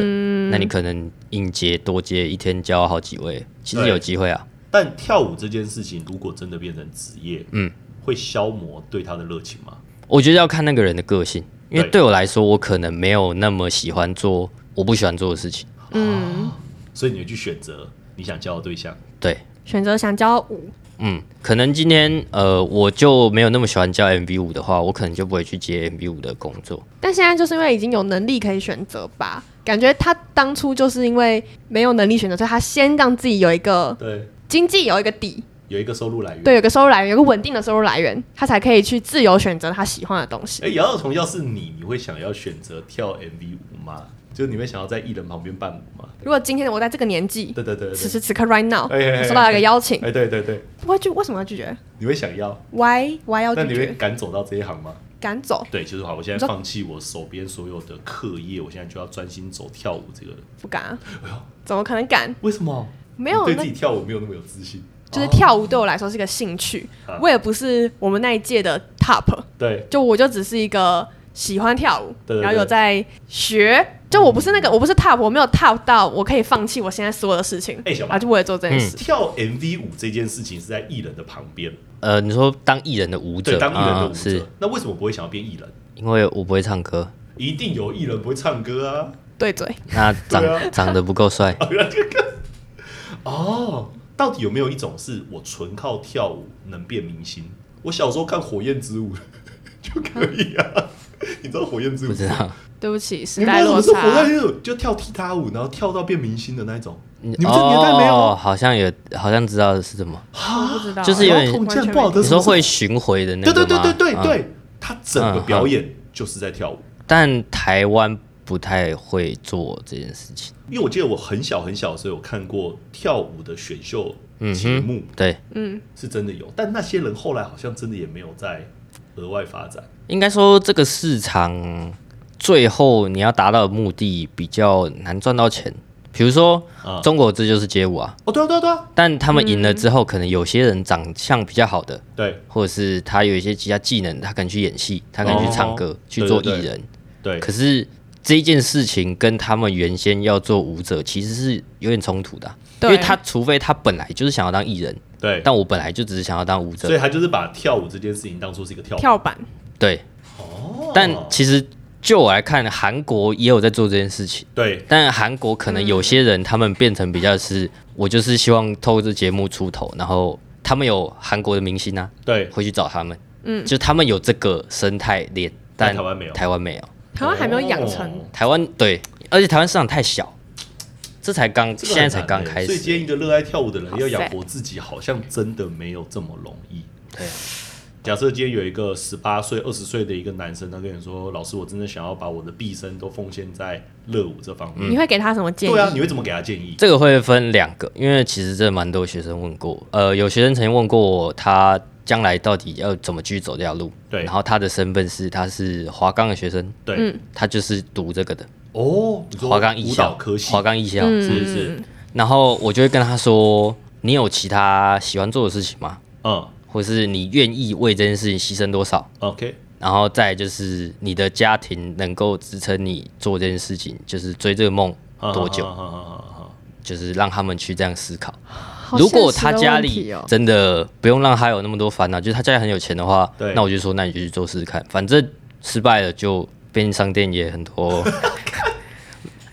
Speaker 3: 那你可能应接多接一天教好几位，其实
Speaker 1: 对
Speaker 3: 有机会啊。
Speaker 1: 但跳舞这件事情如果真的变成职业，
Speaker 3: 嗯，
Speaker 1: 会消磨对他的热情吗？
Speaker 3: 我觉得要看那个人的个性，因为
Speaker 1: 对
Speaker 3: 对我来说，我可能没有那么喜欢做我不喜欢做的事情。
Speaker 2: 嗯，
Speaker 1: 啊所以你会去选择你想交的对象。
Speaker 3: 对，
Speaker 2: 选择想教舞，
Speaker 3: 嗯，可能今天呃我就没有那么喜欢教 MV 五的话，我可能就不会去接 MV 五的工作。
Speaker 2: 但现在就是因为已经有能力可以选择吧，感觉他当初就是因为没有能力选择，所以他先让自己有一个
Speaker 1: 对，
Speaker 2: 经济有一个底，
Speaker 1: 有一个收入来源。
Speaker 2: 对，有个收入来源，有个稳定的收入来源，他才可以去自由选择他喜欢的东西。
Speaker 1: 哎、姚若彤，要是你，你会想要选择跳 MV 舞吗？就是你会想要在艺人旁边伴舞吗？
Speaker 2: 如果今天我在这个年纪，
Speaker 1: 对对对对
Speaker 2: 此
Speaker 1: 对。
Speaker 2: 时此刻 right now，
Speaker 1: 哎哎哎
Speaker 2: 我收到一个邀请
Speaker 1: 哎、，对对对，
Speaker 2: 不会拒，为什么要拒绝
Speaker 1: 你会想要，
Speaker 2: ？Why Why 要
Speaker 1: 那
Speaker 2: 拒
Speaker 1: 你会
Speaker 2: 绝？
Speaker 1: 敢走到这一行吗？
Speaker 2: 赶走，
Speaker 1: 对，就是好，我现
Speaker 2: 你
Speaker 1: 在
Speaker 2: 说
Speaker 1: 放弃我手边所有的课业，我现在就要专心走跳舞这个。
Speaker 2: 不敢 啊，怎么可能敢？
Speaker 1: 为什么？
Speaker 2: 没有
Speaker 1: 你对
Speaker 2: 那
Speaker 1: 自己跳舞没有那么有自信。
Speaker 2: 就是
Speaker 1: 哦
Speaker 2: 跳舞对我来说是个兴趣
Speaker 1: 啊，
Speaker 2: 我也不是我们那一届的 top，
Speaker 1: 对
Speaker 2: 就我就只是一个喜欢跳舞，
Speaker 1: 对对对
Speaker 2: 然后有在学，就我不是那个我不是 top，我没有 top 到我可以放弃我现在所有的事情，
Speaker 1: 哎小马
Speaker 2: 啊，就为了做这件
Speaker 3: 嗯
Speaker 2: 事，
Speaker 1: 跳 MV 舞这件事情是在艺人的旁边，
Speaker 3: 呃，你说当艺人的舞者，
Speaker 1: 对，啊当艺人的舞
Speaker 3: 嗯
Speaker 1: 者。
Speaker 3: 是
Speaker 1: 那为什么不会想要变艺人？
Speaker 3: 因为我不会唱 歌，
Speaker 1: 一定有艺人不会唱歌啊！
Speaker 2: 对嘴，
Speaker 3: 那长、
Speaker 1: 对啊
Speaker 3: 长得不 够帅，
Speaker 1: 哦，到底有没有一种是我纯靠跳舞能变明星？我小时候看《火焰之舞》 就可以啊，你知道《火焰之舞》
Speaker 3: 不知
Speaker 1: 吗？
Speaker 3: 道。
Speaker 2: 对不起，时
Speaker 1: 你
Speaker 2: 代
Speaker 1: 们
Speaker 2: 落
Speaker 1: 不是火
Speaker 2: 差
Speaker 1: 焰，之舞，就跳踢踏舞，然后跳到变明星的那一种。你
Speaker 3: 你
Speaker 1: 们这年代没有
Speaker 3: 嗯哦，好像有，好像知道的是什么？
Speaker 2: 我不知道，
Speaker 3: 啊就是有点
Speaker 1: 痛
Speaker 2: 完全
Speaker 1: 见不好的
Speaker 3: 你说会巡回的那
Speaker 1: 对
Speaker 3: 个
Speaker 1: 对
Speaker 3: 吗？
Speaker 1: 对对对
Speaker 3: 嗯
Speaker 1: 对，他整个表演就是在跳舞。
Speaker 3: 但台湾不太会做这件事情。
Speaker 1: 因为我记得我很小很小的时候有看过跳舞的选秀
Speaker 3: 嗯
Speaker 1: 节
Speaker 3: 哼
Speaker 1: 目，
Speaker 3: 对，
Speaker 1: 是真的有，但那些人后来好像真的也没有在额外发展。
Speaker 3: 应该说这个市场最后你要达到的目的比较难赚到钱。比如说
Speaker 1: 啊
Speaker 3: 中国这就是街舞啊，
Speaker 1: 哦，对啊对啊对啊，
Speaker 3: 但他们赢了之后，可能有些人长相比较好的，
Speaker 1: 对
Speaker 3: 或者是他有一些其他技能，他可能去演戏，他可能去唱歌，
Speaker 1: 哦
Speaker 3: 去做艺
Speaker 1: 对对
Speaker 3: 人。
Speaker 1: 对
Speaker 3: 可是这一件事情跟他们原先要做舞者其实是有点冲突的啊、因
Speaker 2: 对
Speaker 3: 为他除非他本来就是想要当艺人，
Speaker 1: 对，
Speaker 3: 但我本来就只是想要当舞
Speaker 1: 所
Speaker 3: 者，
Speaker 1: 以他就是把跳舞这件事情当做是一个跳舞。
Speaker 2: 跳板，
Speaker 3: 对。
Speaker 1: 哦
Speaker 3: 但其实就我来看，韩国也有在做这件事情，
Speaker 1: 对
Speaker 3: 但韩国可能有些人他们变成比较是，我就是希望透过这节目出头，然后他们有韩国的明星啊，
Speaker 1: 对，
Speaker 3: 会去找他们，嗯，就他们有这个生态链，但
Speaker 1: 但台湾没有
Speaker 3: 台湾没有，
Speaker 2: 台湾还没有养成
Speaker 1: 哦，
Speaker 3: 台湾对，而且台湾市场太小，这才刚、
Speaker 1: 这个
Speaker 3: 现
Speaker 1: 很
Speaker 3: 在
Speaker 1: 难
Speaker 3: 才刚
Speaker 1: 欸
Speaker 3: 开
Speaker 1: 所以
Speaker 3: 始，
Speaker 1: 今天一个热爱跳舞的人
Speaker 2: 好
Speaker 1: 要养活自己，好像真的没有这么容易。
Speaker 3: 对，
Speaker 1: 假设今天有一个十八岁、二十岁的一个男生，他跟你说：“老师，我真的想要把我的毕生都奉献在热舞这方
Speaker 3: 嗯
Speaker 1: 面。
Speaker 2: 你会给他什么建议
Speaker 1: 对？啊，你会怎么给他建议？
Speaker 3: 这个会分两个，因为其实真的蛮多学生问过我，呃，有学生曾经问过我，他将来到底要怎么继续走这条路，
Speaker 1: 对
Speaker 3: 然后他的身份是他是华冈的学生，
Speaker 1: 对，
Speaker 2: 嗯
Speaker 3: 他就是读这个的，
Speaker 1: 哦，你说
Speaker 3: 华冈艺
Speaker 1: 舞蹈
Speaker 3: 校
Speaker 1: 科，系，
Speaker 3: 华冈艺校，
Speaker 2: 嗯
Speaker 1: 是不是？
Speaker 3: 然后我就会跟他说，你有其他喜欢做的事情吗？
Speaker 1: 嗯
Speaker 3: 或是你愿意为这件事情牺牲多少，
Speaker 1: ，OK，
Speaker 3: 然后再来就是你的家庭能够支撑你做这件事
Speaker 1: 啊
Speaker 3: 情，就是追这个梦多久，
Speaker 1: 好好好好好
Speaker 3: 就是让他们去这样思考。
Speaker 2: 好
Speaker 3: 如
Speaker 2: 现
Speaker 3: 果
Speaker 2: 实
Speaker 3: 他
Speaker 2: 的
Speaker 3: 家
Speaker 2: 问
Speaker 3: 里
Speaker 2: 题哦
Speaker 3: 真的不用让他有那么多烦恼，就是他家里很有钱的话
Speaker 1: 对，
Speaker 3: 那我就说，那你就去做试试看，反正失败了就便利商店也很 多，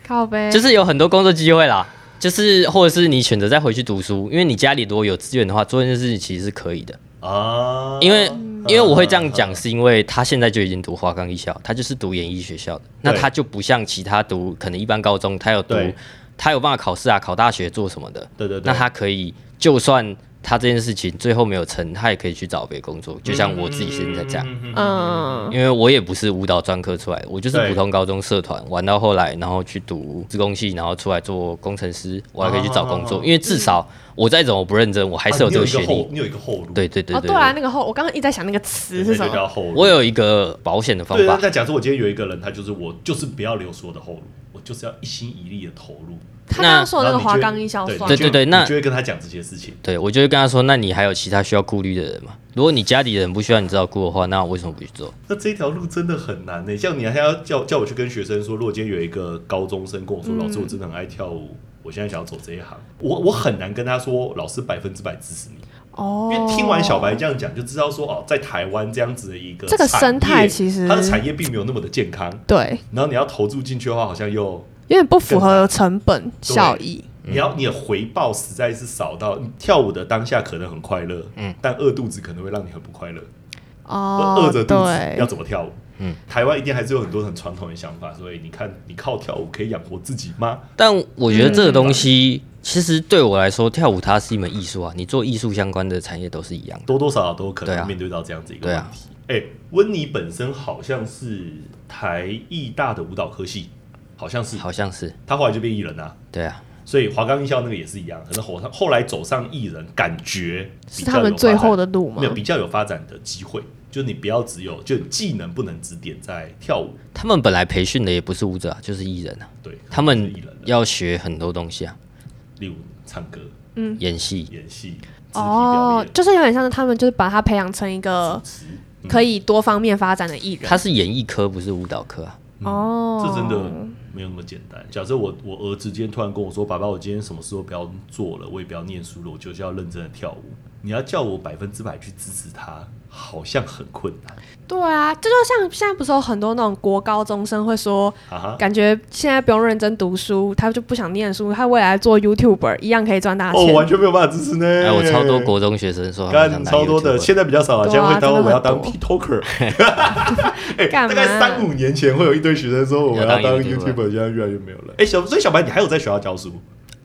Speaker 2: 靠呗，
Speaker 3: 就是有很多工作机会啦。就是或者是你选择再回去读书，因为你家里如果有资源的话，做这件事情其实是可以的。
Speaker 1: 啊，
Speaker 3: 因为因为我会这样讲，是因为他现在就已经读华冈艺校，他就是读演艺学校的，那
Speaker 1: 对
Speaker 3: 他就不像其他读可能一般高中，他有读
Speaker 1: 对
Speaker 3: 他有办法考试啊，考大学做什么的，
Speaker 1: 对对对，
Speaker 3: 那他可以就算他这件事情最后没有成，他也可以去找别的工作，就像我自己现在这样。
Speaker 1: 嗯
Speaker 2: 嗯，
Speaker 3: 因为我也不是舞蹈专科出来的，我就是
Speaker 1: 对
Speaker 3: 普通高中社团玩到后来，然后去读自工系，然后出来做工程师，我还可以去找工作。
Speaker 1: 哦
Speaker 3: 因为至少我再怎么不认真，我还是有
Speaker 1: 啊
Speaker 3: 这
Speaker 1: 你有
Speaker 3: 个学
Speaker 1: 一个
Speaker 3: 历
Speaker 1: 后。，你有一个后路，
Speaker 3: 对对对
Speaker 2: 哦
Speaker 3: 对
Speaker 2: 对啊，那个后我刚刚一直在想那个词
Speaker 1: 对，
Speaker 2: 是
Speaker 1: 这
Speaker 2: 什
Speaker 1: 就
Speaker 2: 么，
Speaker 1: 叫后路。
Speaker 3: 我有一个保险的方
Speaker 1: 对，
Speaker 3: 法
Speaker 1: 那，在假设我今天有一个人，他就是我，就是不要留所有的后路，我就是要一心一力的投入。
Speaker 2: 他刚刚
Speaker 3: 那
Speaker 2: 说的那
Speaker 1: 然后你
Speaker 2: 个
Speaker 1: 就
Speaker 2: 华
Speaker 1: 会
Speaker 2: 冈艺校
Speaker 1: 对
Speaker 2: 算
Speaker 1: 你
Speaker 3: 对
Speaker 1: 就
Speaker 2: 吗
Speaker 3: 对对那
Speaker 1: 你就会跟他讲这些事情。
Speaker 3: 对我就会跟他说：“那你还有其他需要顾虑的人吗？如果你家里人不需要你知道顾的话，那我为什么不去做？
Speaker 1: 那这条路真的很难呢、像你还要叫叫我去跟学生说，如果今天有一个高中生跟我说，老师我真的很爱跳舞，我现在想要走这一行，我我很难跟他说，老师百分之百支持你，
Speaker 2: 哦
Speaker 1: 因，为听完小白这样讲，就知道说哦，在台湾这样子的一个
Speaker 2: 这个
Speaker 1: 产
Speaker 2: 生态
Speaker 1: 业
Speaker 2: 其实
Speaker 1: 它的产业并没有那么的健康，
Speaker 2: 对，
Speaker 1: 然后你要投注进去的话，好像又
Speaker 2: 有点不符合成本效益，
Speaker 1: 你要你的回报实在是少到，你跳舞的当下可能很快乐，嗯，但饿肚子可能会让你很不快乐，
Speaker 2: 哦
Speaker 1: 饿，着肚子要
Speaker 2: 对，
Speaker 1: 怎么跳舞？嗯
Speaker 3: 嗯，
Speaker 1: 台湾一定还是有很多很传统的想法，所以你看，你靠跳舞可以养活自己吗？
Speaker 3: 但我觉得这个东
Speaker 1: 嗯
Speaker 3: 西、其实对我来说，跳舞它是一门艺术啊，你做艺术相关的产业都是一样的。
Speaker 1: 多多少少都可
Speaker 3: 对
Speaker 1: 能
Speaker 3: 啊
Speaker 1: 面对到这样子一个
Speaker 3: 对
Speaker 1: 问
Speaker 3: 啊
Speaker 1: 题。哎、温妮本身好像是台艺大的舞蹈科系，好像是
Speaker 3: 好像是，
Speaker 1: 她后来就变艺人啦、
Speaker 3: 对啊，
Speaker 1: 所以华冈艺校那个也是一样，可能后后来走上艺人，感觉比
Speaker 2: 是
Speaker 1: 较
Speaker 2: 他们
Speaker 1: 有
Speaker 2: 最
Speaker 1: 发展
Speaker 2: 后的路吗
Speaker 1: 没有？比较有发展的机会。就你不要只有就技能不能只点在跳舞，
Speaker 3: 他们本来培训的也不是舞者啊，就是艺人啊，
Speaker 1: 对
Speaker 3: 他
Speaker 1: 就是
Speaker 3: 们
Speaker 1: 艺人了，
Speaker 3: 要学很多东西啊，
Speaker 1: 例如唱歌、
Speaker 3: 演戏。
Speaker 1: 演戏、肢体表
Speaker 2: 哦
Speaker 1: 演，、
Speaker 2: 就是有点像是他们就是把他培养成一个
Speaker 1: 嗯
Speaker 2: 可以多方面发展的艺人
Speaker 3: 他是演艺科，不是舞蹈科啊。
Speaker 2: 哦，
Speaker 1: 这嗯真的没有那么简单。假设我我儿子今天突然跟我说：“爸爸，我今天什么事都不要做了，我也不要念书了，我就是要认真的跳舞。”你要叫我百分之百去支持他，好像很困难。
Speaker 2: 对啊，这就像现在不是有很多那种国高中生会说，
Speaker 1: 哈哈，
Speaker 2: 感觉现在不用认真读书，他就不想念书，他未来做 YouTuber 一样可以赚大
Speaker 1: 哦，
Speaker 2: 钱。
Speaker 1: 我完全没有办法支持呢。
Speaker 3: 哎、我超多国中学生说他们想
Speaker 1: 干
Speaker 3: 当
Speaker 1: 超多的，
Speaker 3: YouTuber
Speaker 1: 现在比较少了。
Speaker 2: 对啊
Speaker 1: 现在会当
Speaker 2: 真的很
Speaker 1: 我要当
Speaker 2: 多
Speaker 1: TikToker，哎，
Speaker 2: 干
Speaker 1: 大
Speaker 2: 嘛
Speaker 1: 概三五年前会有一堆学生说我要
Speaker 3: 要
Speaker 1: 当
Speaker 3: 当
Speaker 1: YouTuber，
Speaker 3: YouTuber
Speaker 1: 现在越来越没有了。哎，小所以小白，你还有在学校教书，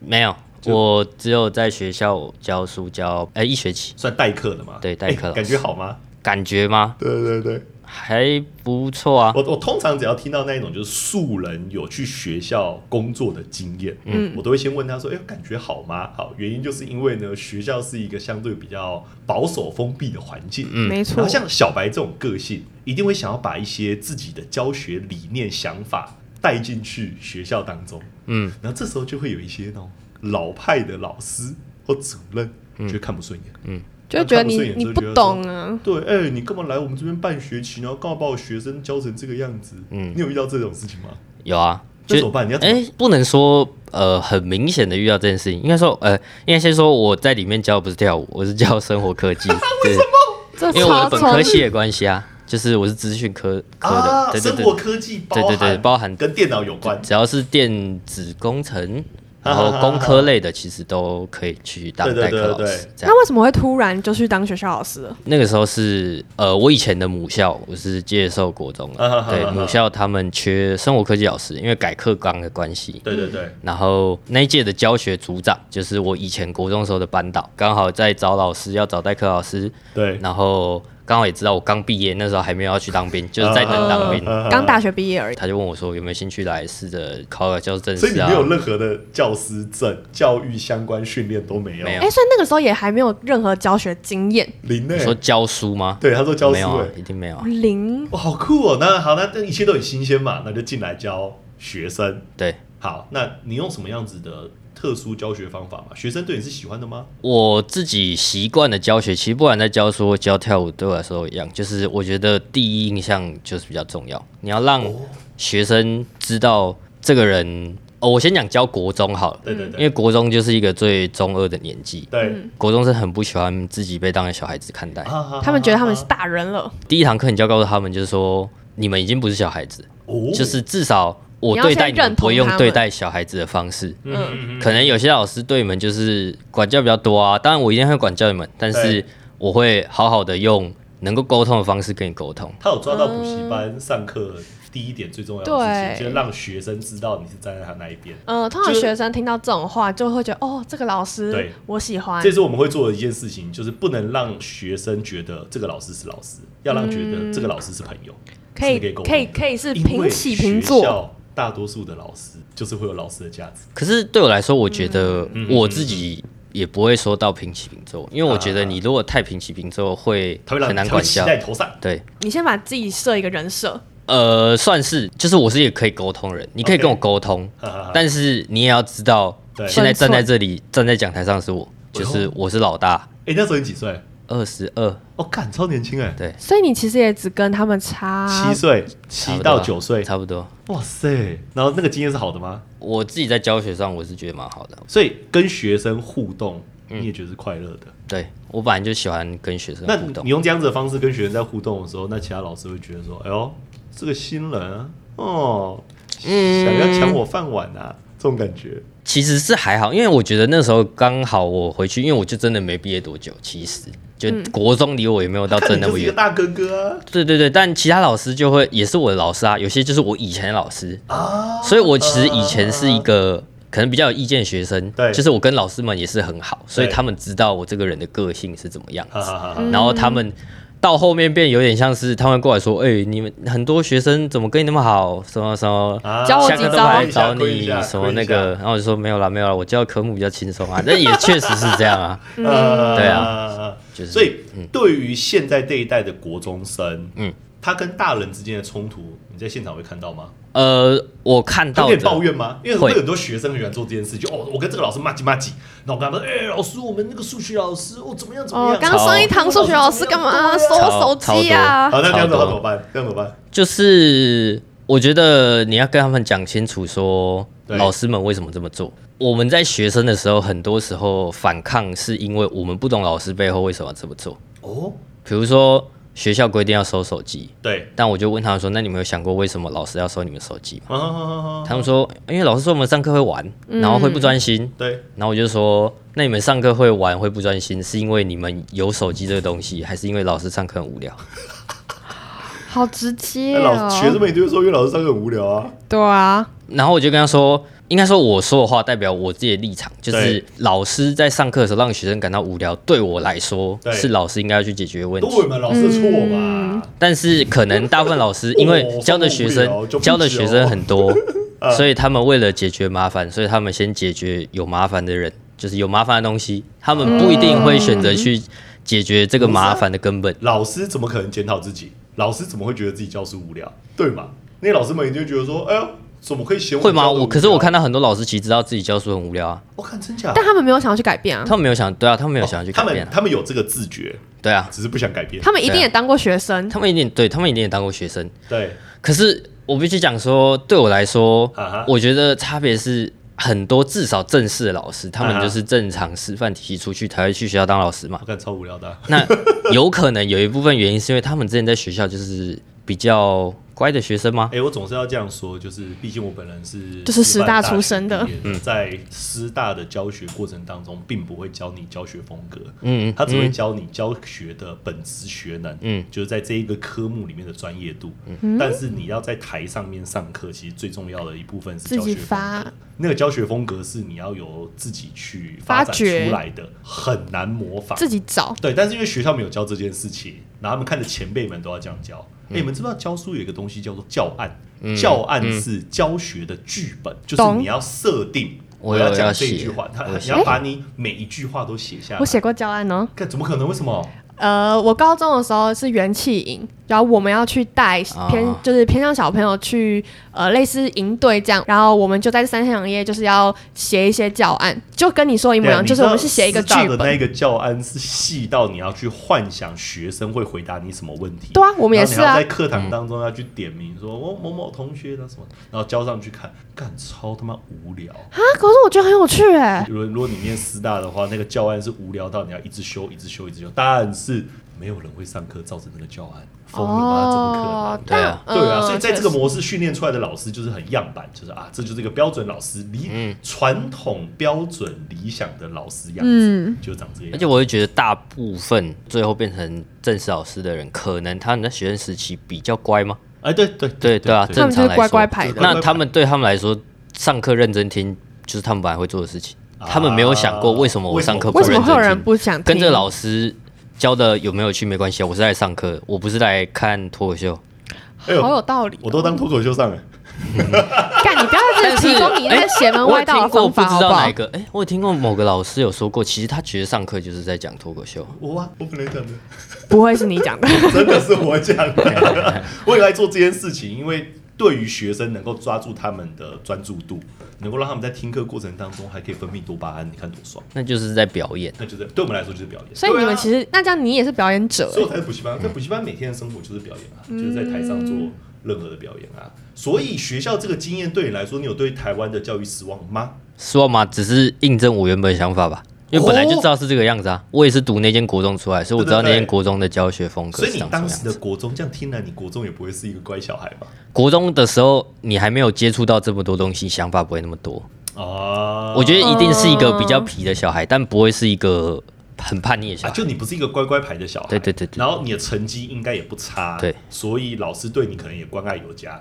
Speaker 3: 没有，我只有在学校教书教，哎、一学期，
Speaker 1: 算代课了吗？
Speaker 3: 对代课
Speaker 1: 哎感觉好吗？
Speaker 3: 感觉吗？
Speaker 1: 对对对，
Speaker 3: 还不错啊。
Speaker 1: 我我通常只要听到那一种就是素人有去学校工作的经验，嗯，我都会先问他说，哎，感觉好吗？好，原因就是因为呢，学校是一个相对比较保守封闭的环境，嗯
Speaker 2: 没
Speaker 1: 然
Speaker 2: 错
Speaker 1: 后，像小白这种个性，一定会想要把一些自己的教学理念、想法带进去学校当中。
Speaker 3: 嗯，
Speaker 1: 然后这时候就会有一些那种老派的老师或主任，就会看不顺眼。
Speaker 2: 就会觉得你
Speaker 1: 看不顺眼
Speaker 2: 你
Speaker 1: 就
Speaker 2: 不
Speaker 1: 觉得
Speaker 2: 懂啊，
Speaker 1: 对，哎、你干嘛来我们这边办学期，然后干嘛把我学生教成这个样子？嗯，你有遇到这种事情吗？
Speaker 3: 有啊，
Speaker 1: 那怎么办你要怎么
Speaker 3: 哎、不能说呃很明显的遇到这件事情，应该说呃，应该先说我在里面教的不是跳舞，我是教生活 科技，对，
Speaker 2: 这
Speaker 3: 因为我的
Speaker 2: 超
Speaker 3: 本
Speaker 2: 聪
Speaker 3: 科
Speaker 2: 明。
Speaker 3: 系的关系啊，就是我是资讯科科的，
Speaker 1: 啊，
Speaker 3: 对对
Speaker 1: 生
Speaker 3: 对
Speaker 1: 活科技包含
Speaker 3: 对对对包含
Speaker 1: 跟电脑有关。
Speaker 3: 只要是电子工程，
Speaker 1: 啊
Speaker 3: 然后工科类的，其实都可以去当
Speaker 1: 对对
Speaker 3: 代
Speaker 1: 对
Speaker 3: 课老
Speaker 1: 对
Speaker 3: 师
Speaker 1: 对。
Speaker 3: 这样
Speaker 2: 那，为什么会突然就去当学校老师了？
Speaker 3: 那个时候是呃，我以前的母校，我是接受国中
Speaker 1: 啊哈
Speaker 3: 的，
Speaker 1: 哈
Speaker 3: 对
Speaker 1: 哈哈
Speaker 3: 母校他们缺生活科技老师，因为改课纲的关系。
Speaker 1: 对对对，
Speaker 3: 然后那一届的教学组长就是我以前国中时候的班导，刚好在找老师，要找代课老师，
Speaker 1: 对，
Speaker 3: 然后刚好也知道我刚毕业，那时候还没有要去当兵，就是在等当
Speaker 1: 啊
Speaker 3: 兵。
Speaker 1: 呃
Speaker 2: 刚大学毕业而已。
Speaker 3: 他就问我说有没有兴趣来试着考个教师证
Speaker 1: 所以你
Speaker 3: 啊
Speaker 1: 没？有任何的教师证、教育相关训练都没有，
Speaker 3: 没有
Speaker 2: 哎，所以那个时候也还没有任何教学经验，
Speaker 1: 零呢、
Speaker 3: 你说教书吗？
Speaker 1: 对，他说教书、
Speaker 3: 没有啊
Speaker 1: 欸，，
Speaker 3: 一定没有啊。
Speaker 2: 零
Speaker 1: 哇，好酷哦！那好，那那一切都很新鲜嘛，那就进来教学生。
Speaker 3: 对
Speaker 1: 好，那你用什么样子的特殊教学方法嘛？学生对你是喜欢的吗？
Speaker 3: 我自己习惯的教学，其实不管在教书或教跳舞，对我来说一样，就是我觉得第一印象就是比较重要。你要让学生知道这个人哦，我先讲教国中好了，
Speaker 1: 对对
Speaker 2: 嗯
Speaker 3: 因
Speaker 1: 对
Speaker 3: 为国中就是一个最中二的年纪，
Speaker 1: 对，
Speaker 3: 国中是很不喜欢自己被当成小孩子看待。
Speaker 2: 他们觉得他们是
Speaker 1: 啊
Speaker 2: 大人了，
Speaker 3: 第一堂课你就要告诉他们，就是说你们已经不是小孩子，
Speaker 1: 哦，
Speaker 3: 就是至少我
Speaker 2: 你要
Speaker 3: 对
Speaker 2: 先
Speaker 3: 待你
Speaker 2: 认
Speaker 3: 们不
Speaker 2: 同
Speaker 3: 会用
Speaker 2: 他
Speaker 3: 对
Speaker 2: 们
Speaker 3: 待小孩子的方式。
Speaker 1: 嗯嗯嗯
Speaker 3: 可能有些老师对你们就是管教比较多啊，当然我一定会管教你们，但是
Speaker 1: 对
Speaker 3: 我会好好的用能够沟通的方式跟你沟通。
Speaker 1: 他有抓到补习班上课第一点最重要的事
Speaker 2: 嗯对
Speaker 1: 情，就是让学生知道你是站在他那一边。
Speaker 2: 嗯，通常
Speaker 1: 就是
Speaker 2: 学生听到这种话就会觉得，哦，这个老师
Speaker 1: 对
Speaker 2: 我喜欢
Speaker 1: 这，是我们会做的一件事情，就是不能让学生觉得这个老师是老师，要让觉得这个老师是朋友，
Speaker 2: 可以
Speaker 1: 是可以沟通的
Speaker 2: 可以可以是
Speaker 1: 因为
Speaker 2: 平起平
Speaker 1: 学
Speaker 2: 坐，
Speaker 1: 校大多数的老师就是会有老师的价值，
Speaker 3: 可是对我来说，我觉得
Speaker 1: 嗯
Speaker 3: 我自己也不会说到平起平坐，因为我觉得你如果太平起平坐会
Speaker 1: 他会让
Speaker 3: 很
Speaker 1: 你
Speaker 3: 难
Speaker 1: 啊他会
Speaker 3: 管
Speaker 1: 骑
Speaker 3: 教。
Speaker 1: 在你头上。
Speaker 3: 对，
Speaker 2: 你先把自己设一个人设，
Speaker 3: 呃，算是就是我是一个可以沟通的人，你可以
Speaker 1: OK
Speaker 3: 跟我沟通，
Speaker 1: 哈哈哈
Speaker 3: 但是你也要知道，
Speaker 1: 对哦
Speaker 3: 现在站在
Speaker 2: 分寸
Speaker 3: 这里站在讲台上的是我，就是我是老大，
Speaker 1: 哎，那时候你几岁？
Speaker 3: 二十二，
Speaker 1: 哦，干，超年轻哎，
Speaker 3: 对，
Speaker 2: 所以你其实也只跟他们差
Speaker 1: 七岁，
Speaker 3: 差
Speaker 1: 七
Speaker 3: 不多
Speaker 1: 到
Speaker 3: 吧
Speaker 1: 九岁，
Speaker 3: 差不多。
Speaker 1: 哇塞！然后那个经验是好的吗？
Speaker 3: 我自己在教学上，我是觉得蛮好的。
Speaker 1: 所以跟学生互动，你也觉得是快乐的。
Speaker 3: 对我本来就喜欢嗯跟学生
Speaker 1: 那
Speaker 3: 互动
Speaker 1: 你，用这样子的方式跟学生在互动的时候，那其他老师会觉得说：“哎呦，这个新人啊，哦，
Speaker 3: 嗯
Speaker 1: 想要抢我饭碗啊，这种感觉。
Speaker 3: 其实是还好，因为我觉得那时候刚好我回去，因为我就真的没毕业多久，其实就国中离我也没有”到
Speaker 1: 看
Speaker 3: 真
Speaker 1: 你
Speaker 3: 那
Speaker 1: 就
Speaker 3: 么
Speaker 1: 是一个
Speaker 3: 远。
Speaker 1: 大哥哥
Speaker 3: 对对对，但其他老师就会也是我的老师啊，有些就是我以前的老师，
Speaker 1: 啊，啊，
Speaker 3: 所以我其实以前是一个可能比较有意见的学生，
Speaker 1: 对
Speaker 3: 就是我跟老师们也是很好，所以
Speaker 1: 对
Speaker 3: 他们知道我这个人的个性是怎么样
Speaker 1: 啊哈哈哈哈
Speaker 3: 啊然后他们到后面变有点像是他们过来说，哎、你们很多学生怎么跟你那么好，什么什么。
Speaker 1: 啊
Speaker 2: 教我
Speaker 3: 下
Speaker 2: 几
Speaker 3: 课都
Speaker 2: 招
Speaker 3: 跑来
Speaker 2: 一
Speaker 3: 找你什么那个，，然后我就说没有啦没有啦，我教科目比较轻松啊，那也确实是这样啊，
Speaker 2: 嗯
Speaker 1: 呃，
Speaker 3: 对
Speaker 1: 啊，
Speaker 3: 就是
Speaker 1: 所以对于现在这一代的国中生，嗯
Speaker 3: 嗯，
Speaker 1: 他跟大人之间的冲突，你在现场会看到吗？
Speaker 3: 呃，我看
Speaker 1: 有
Speaker 3: 到
Speaker 1: 点抱
Speaker 3: 的，
Speaker 1: 怨吗？因为
Speaker 3: 会
Speaker 1: 会很多学生很喜欢做这件事，就哦，我跟这个老师骂唧骂唧，然后我跟他们说，哎、老师，我们那个数学老师哦，怎么样怎么
Speaker 2: 哦
Speaker 1: 样？，
Speaker 2: 刚上一堂数学老师干嘛收
Speaker 1: 对啊
Speaker 2: 我手机啊
Speaker 1: 好，？那这样子的话
Speaker 3: 超多
Speaker 1: 怎么办？这样怎么办？
Speaker 3: 就是我觉得你要跟他们讲清楚说，
Speaker 1: 对
Speaker 3: 老师们为什么这么做。我们在学生的时候，很多时候反抗是因为我们不懂老师背后为什么这么做。
Speaker 1: 哦，
Speaker 3: 比如说学校规定要收手机，
Speaker 1: 对，
Speaker 3: 但我就问他们说，那你们有想过为什么老师要收你们手机吗？
Speaker 1: 啊啊啊啊
Speaker 3: 他们说，因为老师说我们上课会玩，然后会不专心。
Speaker 1: 对，
Speaker 3: 然后我就说，那你们上课会玩会不专心，是因为你们有手机这个东西，还是因为老师上课很无聊？
Speaker 2: 好直接
Speaker 1: 那哎老学生
Speaker 2: 哦，
Speaker 1: 们也就会说，因为老师上课很无聊啊。
Speaker 2: 对啊，
Speaker 3: 然后我就跟他说，应该说我说的话代表我自己的立场，就是
Speaker 1: 对
Speaker 3: 老师在上课的时候让学生感到无聊，对我来说
Speaker 1: 对
Speaker 3: 是老师应该要去解决的问
Speaker 1: 都
Speaker 3: 题。
Speaker 1: 我们老师的错
Speaker 2: 嗯
Speaker 1: 嘛？
Speaker 3: 但是可能大部分老师因为教的
Speaker 1: 哦
Speaker 3: 学
Speaker 1: 好无
Speaker 3: 生
Speaker 1: 聊就不哦
Speaker 3: 教的
Speaker 1: 教
Speaker 3: 学生很多，
Speaker 1: 嗯
Speaker 3: 所以他们为了解决麻烦，所以他们先解决有麻烦的人，就是有麻烦的东西，他们不一定会选择去解决这个麻烦的根本。
Speaker 1: 老师怎么可能检讨自己？老师怎么会觉得自己教书无聊？对嘛？那些老师们一定会觉得说，哎呦，怎么可以嫌我
Speaker 3: 会吗？
Speaker 1: 教得无
Speaker 3: 我
Speaker 1: 聊
Speaker 3: 可是我看，到很多老师其实知道自己教书很无聊啊，
Speaker 1: 我看真假？哦
Speaker 2: 但他们没有想要去改变啊，
Speaker 3: 他们没有想对啊，他们没有想要去
Speaker 1: 他
Speaker 3: 改变
Speaker 1: 们
Speaker 3: 啊，
Speaker 1: 他们有这个自觉，
Speaker 3: 对啊，
Speaker 1: 只是不想改变。
Speaker 2: 他们一定
Speaker 3: 对啊
Speaker 2: 也当过学生，
Speaker 3: 他们一定对他们一定也当过学生，
Speaker 1: 对，
Speaker 3: 可是我必须讲说，对我来说
Speaker 1: 啊哈，
Speaker 3: 我觉得差别是很多，至少正式的老师，他
Speaker 1: 啊
Speaker 3: 们
Speaker 1: 哈
Speaker 3: 就是正常师范体系出去才会去学校当老师嘛
Speaker 1: 我。看超无聊的啊。
Speaker 3: 那有可能有一部分原因是因为他们之前在学校就是比较乖的学生吗？
Speaker 1: 哎、我总是要这样说，就是毕竟我本人是
Speaker 2: 就是师大
Speaker 1: 师范
Speaker 2: 出身的
Speaker 1: 学毕业，
Speaker 3: 嗯
Speaker 1: 在师大的教学过程当中，并不会教你教学风格，
Speaker 3: 嗯
Speaker 1: 他只会教你教学的本质学能，
Speaker 3: 嗯，
Speaker 1: 就是在这一个科目里面的专业度。
Speaker 2: 嗯
Speaker 1: 但是你要在台上面上课，其实最重要的一部分是
Speaker 2: 自
Speaker 1: 教学
Speaker 2: 己
Speaker 1: 风
Speaker 2: 发
Speaker 1: 格。那个教学风格是你要由自己去发
Speaker 2: 发
Speaker 1: 展
Speaker 2: 掘
Speaker 1: 出来的，很难模仿，
Speaker 2: 自己找，
Speaker 1: 对，但是因为学校没有教这件事情，然后他们看着前辈们都要这样教。
Speaker 3: 嗯
Speaker 1: 哎、你们知不知道教书有一个东西叫做教案？教案
Speaker 3: 嗯
Speaker 1: 是教学的剧本，就是
Speaker 2: 懂
Speaker 1: 你要设定
Speaker 3: 我有
Speaker 1: 要讲
Speaker 3: 要
Speaker 1: 这一
Speaker 3: 写
Speaker 1: 句话，他
Speaker 3: 我有
Speaker 1: 你
Speaker 3: 写
Speaker 1: 要把你每一句话都写下来。
Speaker 2: 我写过教案哦，
Speaker 1: 干，怎么可能？为什么？
Speaker 2: 呃，我高中的时候是元气营，然后我们要去带
Speaker 1: 啊
Speaker 3: 哦
Speaker 2: 偏、就是偏向小朋友去呃类似营队这样，然后我们就在三天两夜就是要写一些教案，就跟你说一模一
Speaker 1: 对啊
Speaker 2: 样，
Speaker 1: 你
Speaker 2: 就
Speaker 1: 知
Speaker 2: 是我
Speaker 1: 道
Speaker 2: 们是写一个
Speaker 1: 师
Speaker 2: 剧
Speaker 1: 大的那
Speaker 2: 本。
Speaker 1: 一个教案是细到你要去幻想学生会回答你什么问题。
Speaker 2: 对啊，我们也是
Speaker 1: 然后你
Speaker 2: 啊
Speaker 1: 要在，课
Speaker 3: 嗯
Speaker 1: 堂当中要去点名说，我、某某同学呢什么，然后交上去看，干超他妈无聊。
Speaker 2: 啊，可是我觉得很有趣哎、
Speaker 1: 如果如果你念师大的话，那个教案是无聊到你要一直修、一直修、一直修，但是没有人会上课照着那个教案，疯了吗？怎么可能？
Speaker 3: 对啊
Speaker 2: 但
Speaker 1: 对啊，
Speaker 2: 哦嗯
Speaker 1: 所以在这个
Speaker 2: 确实
Speaker 1: 模式训练出来的老师就是很样板，就是啊，这就是一个标准老师，理传统标准理想的老师样子，就长这个样
Speaker 3: 而
Speaker 1: 子
Speaker 3: 且。我会觉得大部分最后变成正式老师的人，可能他们在学生时期比较乖吗？
Speaker 1: 哎，对对
Speaker 3: 对对啊，
Speaker 2: 他
Speaker 3: 正
Speaker 2: 们就
Speaker 3: 常
Speaker 2: 是
Speaker 3: 来说，
Speaker 2: 乖乖牌的
Speaker 3: 那他们对他们来说，上课认真听就是他们本来会做的事情，他们没有想过为什么我上课不
Speaker 2: 为什
Speaker 3: 认真
Speaker 2: 么会有人
Speaker 3: 听，
Speaker 2: 不想听
Speaker 3: 跟着老师教的有没有趣没关系啊，我是来上课，我不是来看脱口秀。
Speaker 1: 哎呦
Speaker 2: 好有道理哦、
Speaker 1: 我都当脱口秀上了，
Speaker 2: 干，你不要一
Speaker 3: 但
Speaker 2: 直
Speaker 3: 是
Speaker 2: 提供你那邪门
Speaker 3: 呃我
Speaker 2: 歪
Speaker 3: 有
Speaker 2: 道
Speaker 3: 听
Speaker 2: 的
Speaker 3: 过
Speaker 2: 方
Speaker 3: 不
Speaker 2: 法，
Speaker 3: 知
Speaker 2: 好
Speaker 3: 道
Speaker 2: 不好
Speaker 3: 哪一？个，哎、我有听过某个老师有说过，其实他觉得上课就是在讲脱口秀。
Speaker 1: 我啊，我本来讲的，
Speaker 2: 不会是你讲的，
Speaker 1: 真的是我讲的。我也来做这件事情，因为对于学生能够抓住他们的专注度，能够让他们在听课过程当中还可以分泌多巴胺，你看多爽。
Speaker 3: 那就是在表演，
Speaker 1: 那就是对我们啊来说就是表演。
Speaker 2: 所以你们其
Speaker 1: 实，
Speaker 2: 实、那这样你也是表演者
Speaker 1: 所以我才在补习班，在补习班每天的生活就是表演啊，
Speaker 3: 嗯
Speaker 1: 就是在台上做任何的表演啊。所以学校这个经验对你来说，你有对台湾的教育失望吗？
Speaker 3: 失望吗？只是印证我原本的想法吧，因为本来就知道是这个样子啊。我也是读那间国中出来，所以我知道
Speaker 1: 对对
Speaker 3: 那
Speaker 1: 对
Speaker 3: 间国中的教学风格
Speaker 1: 所以
Speaker 3: 是
Speaker 1: 你
Speaker 3: 长什么
Speaker 1: 当
Speaker 3: 样
Speaker 1: 时的
Speaker 3: 子。
Speaker 1: 国中这样听来，你国中也不会是一个乖小孩吧？
Speaker 3: 国中的时候，你还没有接触到这么多东西，想法不会那么多。
Speaker 1: 啊，
Speaker 3: 我觉得一定是一个比较皮的小孩，但不会是一个很叛逆的小
Speaker 1: 啊，
Speaker 3: 孩。
Speaker 1: 就你不是一个乖乖牌的小孩，
Speaker 3: 对对对对
Speaker 1: 然后你的成绩应该也不差，
Speaker 3: 对，
Speaker 1: 所以老师对你可能也关爱有加。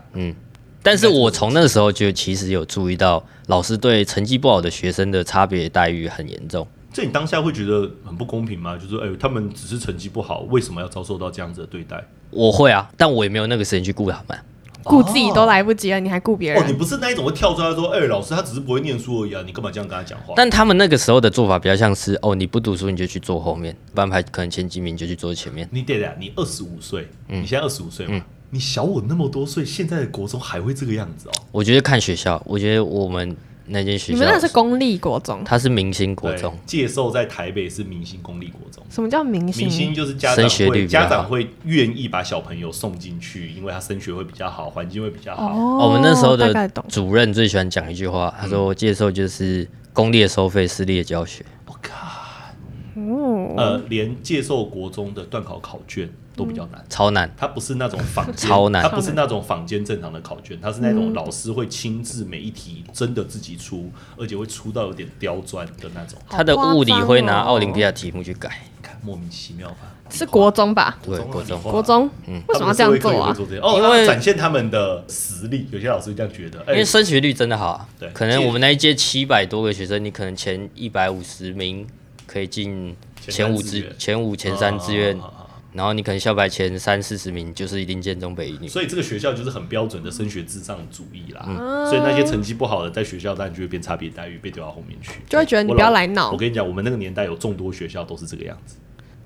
Speaker 3: 但是我从那时候就其实有注意到，老师对成绩不好的学生的差别待遇很严重。
Speaker 1: 这你当下会觉得很不公平吗？就是哎、他们只是成绩不好，为什么要遭受到这样子的对待？
Speaker 3: 我会啊，但我也没有那个时间去顾他们啊。
Speaker 2: 顾自己都来不及了，你还顾别
Speaker 3: 啊
Speaker 1: 哦，你
Speaker 2: 人？
Speaker 1: 不是那一种会跳出来说，哎、老师他只是不会念书而已啊，你干嘛这样跟他讲话？
Speaker 3: 但他们那个时候的做法比较像是，哦，你不读书你就去坐后面，班排可能前几名你就去坐前面。
Speaker 1: 你得啊，你二十五岁，
Speaker 3: 嗯
Speaker 1: 你现在二十五岁嘛，你小我那么多岁，现在的国中还会这个样子哦？
Speaker 3: 我觉得看学校，我觉得我们那间学
Speaker 2: 你
Speaker 3: 校，
Speaker 2: 们那是公立国中，
Speaker 3: 它是明星国
Speaker 1: 对
Speaker 3: 中，
Speaker 1: 介受在台北是明星公立国中。
Speaker 2: 什么叫明星？
Speaker 1: 明星就是家长
Speaker 3: 升学率
Speaker 1: 会
Speaker 3: 比较
Speaker 1: 家
Speaker 3: 好
Speaker 1: 长会愿意把小朋友送进去，因为他升学会比较好，环境会比较好。
Speaker 3: 哦我们那时候
Speaker 2: 大概
Speaker 3: 的
Speaker 2: 懂。嗯
Speaker 3: 主任最喜欢讲一句话，他说：“我接受就是公立的收费，私立的教学。
Speaker 1: 我靠，
Speaker 2: 哦，
Speaker 1: 呃，连接受国中的段考考卷都比较难”。
Speaker 3: 超难。
Speaker 1: 它不是那种坊间，
Speaker 3: 嗯超难
Speaker 1: 它不是那种坊间正常的考卷，它是那种老师会亲自每一题真的自己出，而且会出到有点刁钻的那种，
Speaker 3: 他
Speaker 2: 哦
Speaker 3: 的物理会拿奥林匹
Speaker 2: 亚，
Speaker 3: 亚题目去改，
Speaker 1: 看莫名其妙吧？
Speaker 2: 是国中吧？
Speaker 3: 对，国中。
Speaker 2: 国中，为什么要这
Speaker 1: 嗯他们社
Speaker 2: 样做啊
Speaker 1: 会课也会？做这些哦，
Speaker 3: 因
Speaker 1: 他
Speaker 3: 为
Speaker 1: 们展现他们的实力，有些老师会这样觉得，
Speaker 3: 因
Speaker 1: 哎
Speaker 3: 为，升学率真的好啊
Speaker 1: 对，
Speaker 3: 可能我们那一届七百多个学生，你可能前一百五十名可以进前五
Speaker 1: 前三志
Speaker 3: 志
Speaker 1: 愿、
Speaker 3: 前五、前三志愿
Speaker 1: 啊，啊啊啊
Speaker 3: 然后你可能校排前三四十名就是一定建中北一
Speaker 2: 嗯
Speaker 3: 女。
Speaker 1: 所以这个学校就是很标准的升学至上主义啦，
Speaker 2: 嗯
Speaker 1: 所以那些成绩不好的在学校当然就会变差别待遇，被丢到后面去，
Speaker 2: 就会觉嗯得你不要来闹
Speaker 1: 我跟你讲，我们那个年代有众多学校都是这个样子，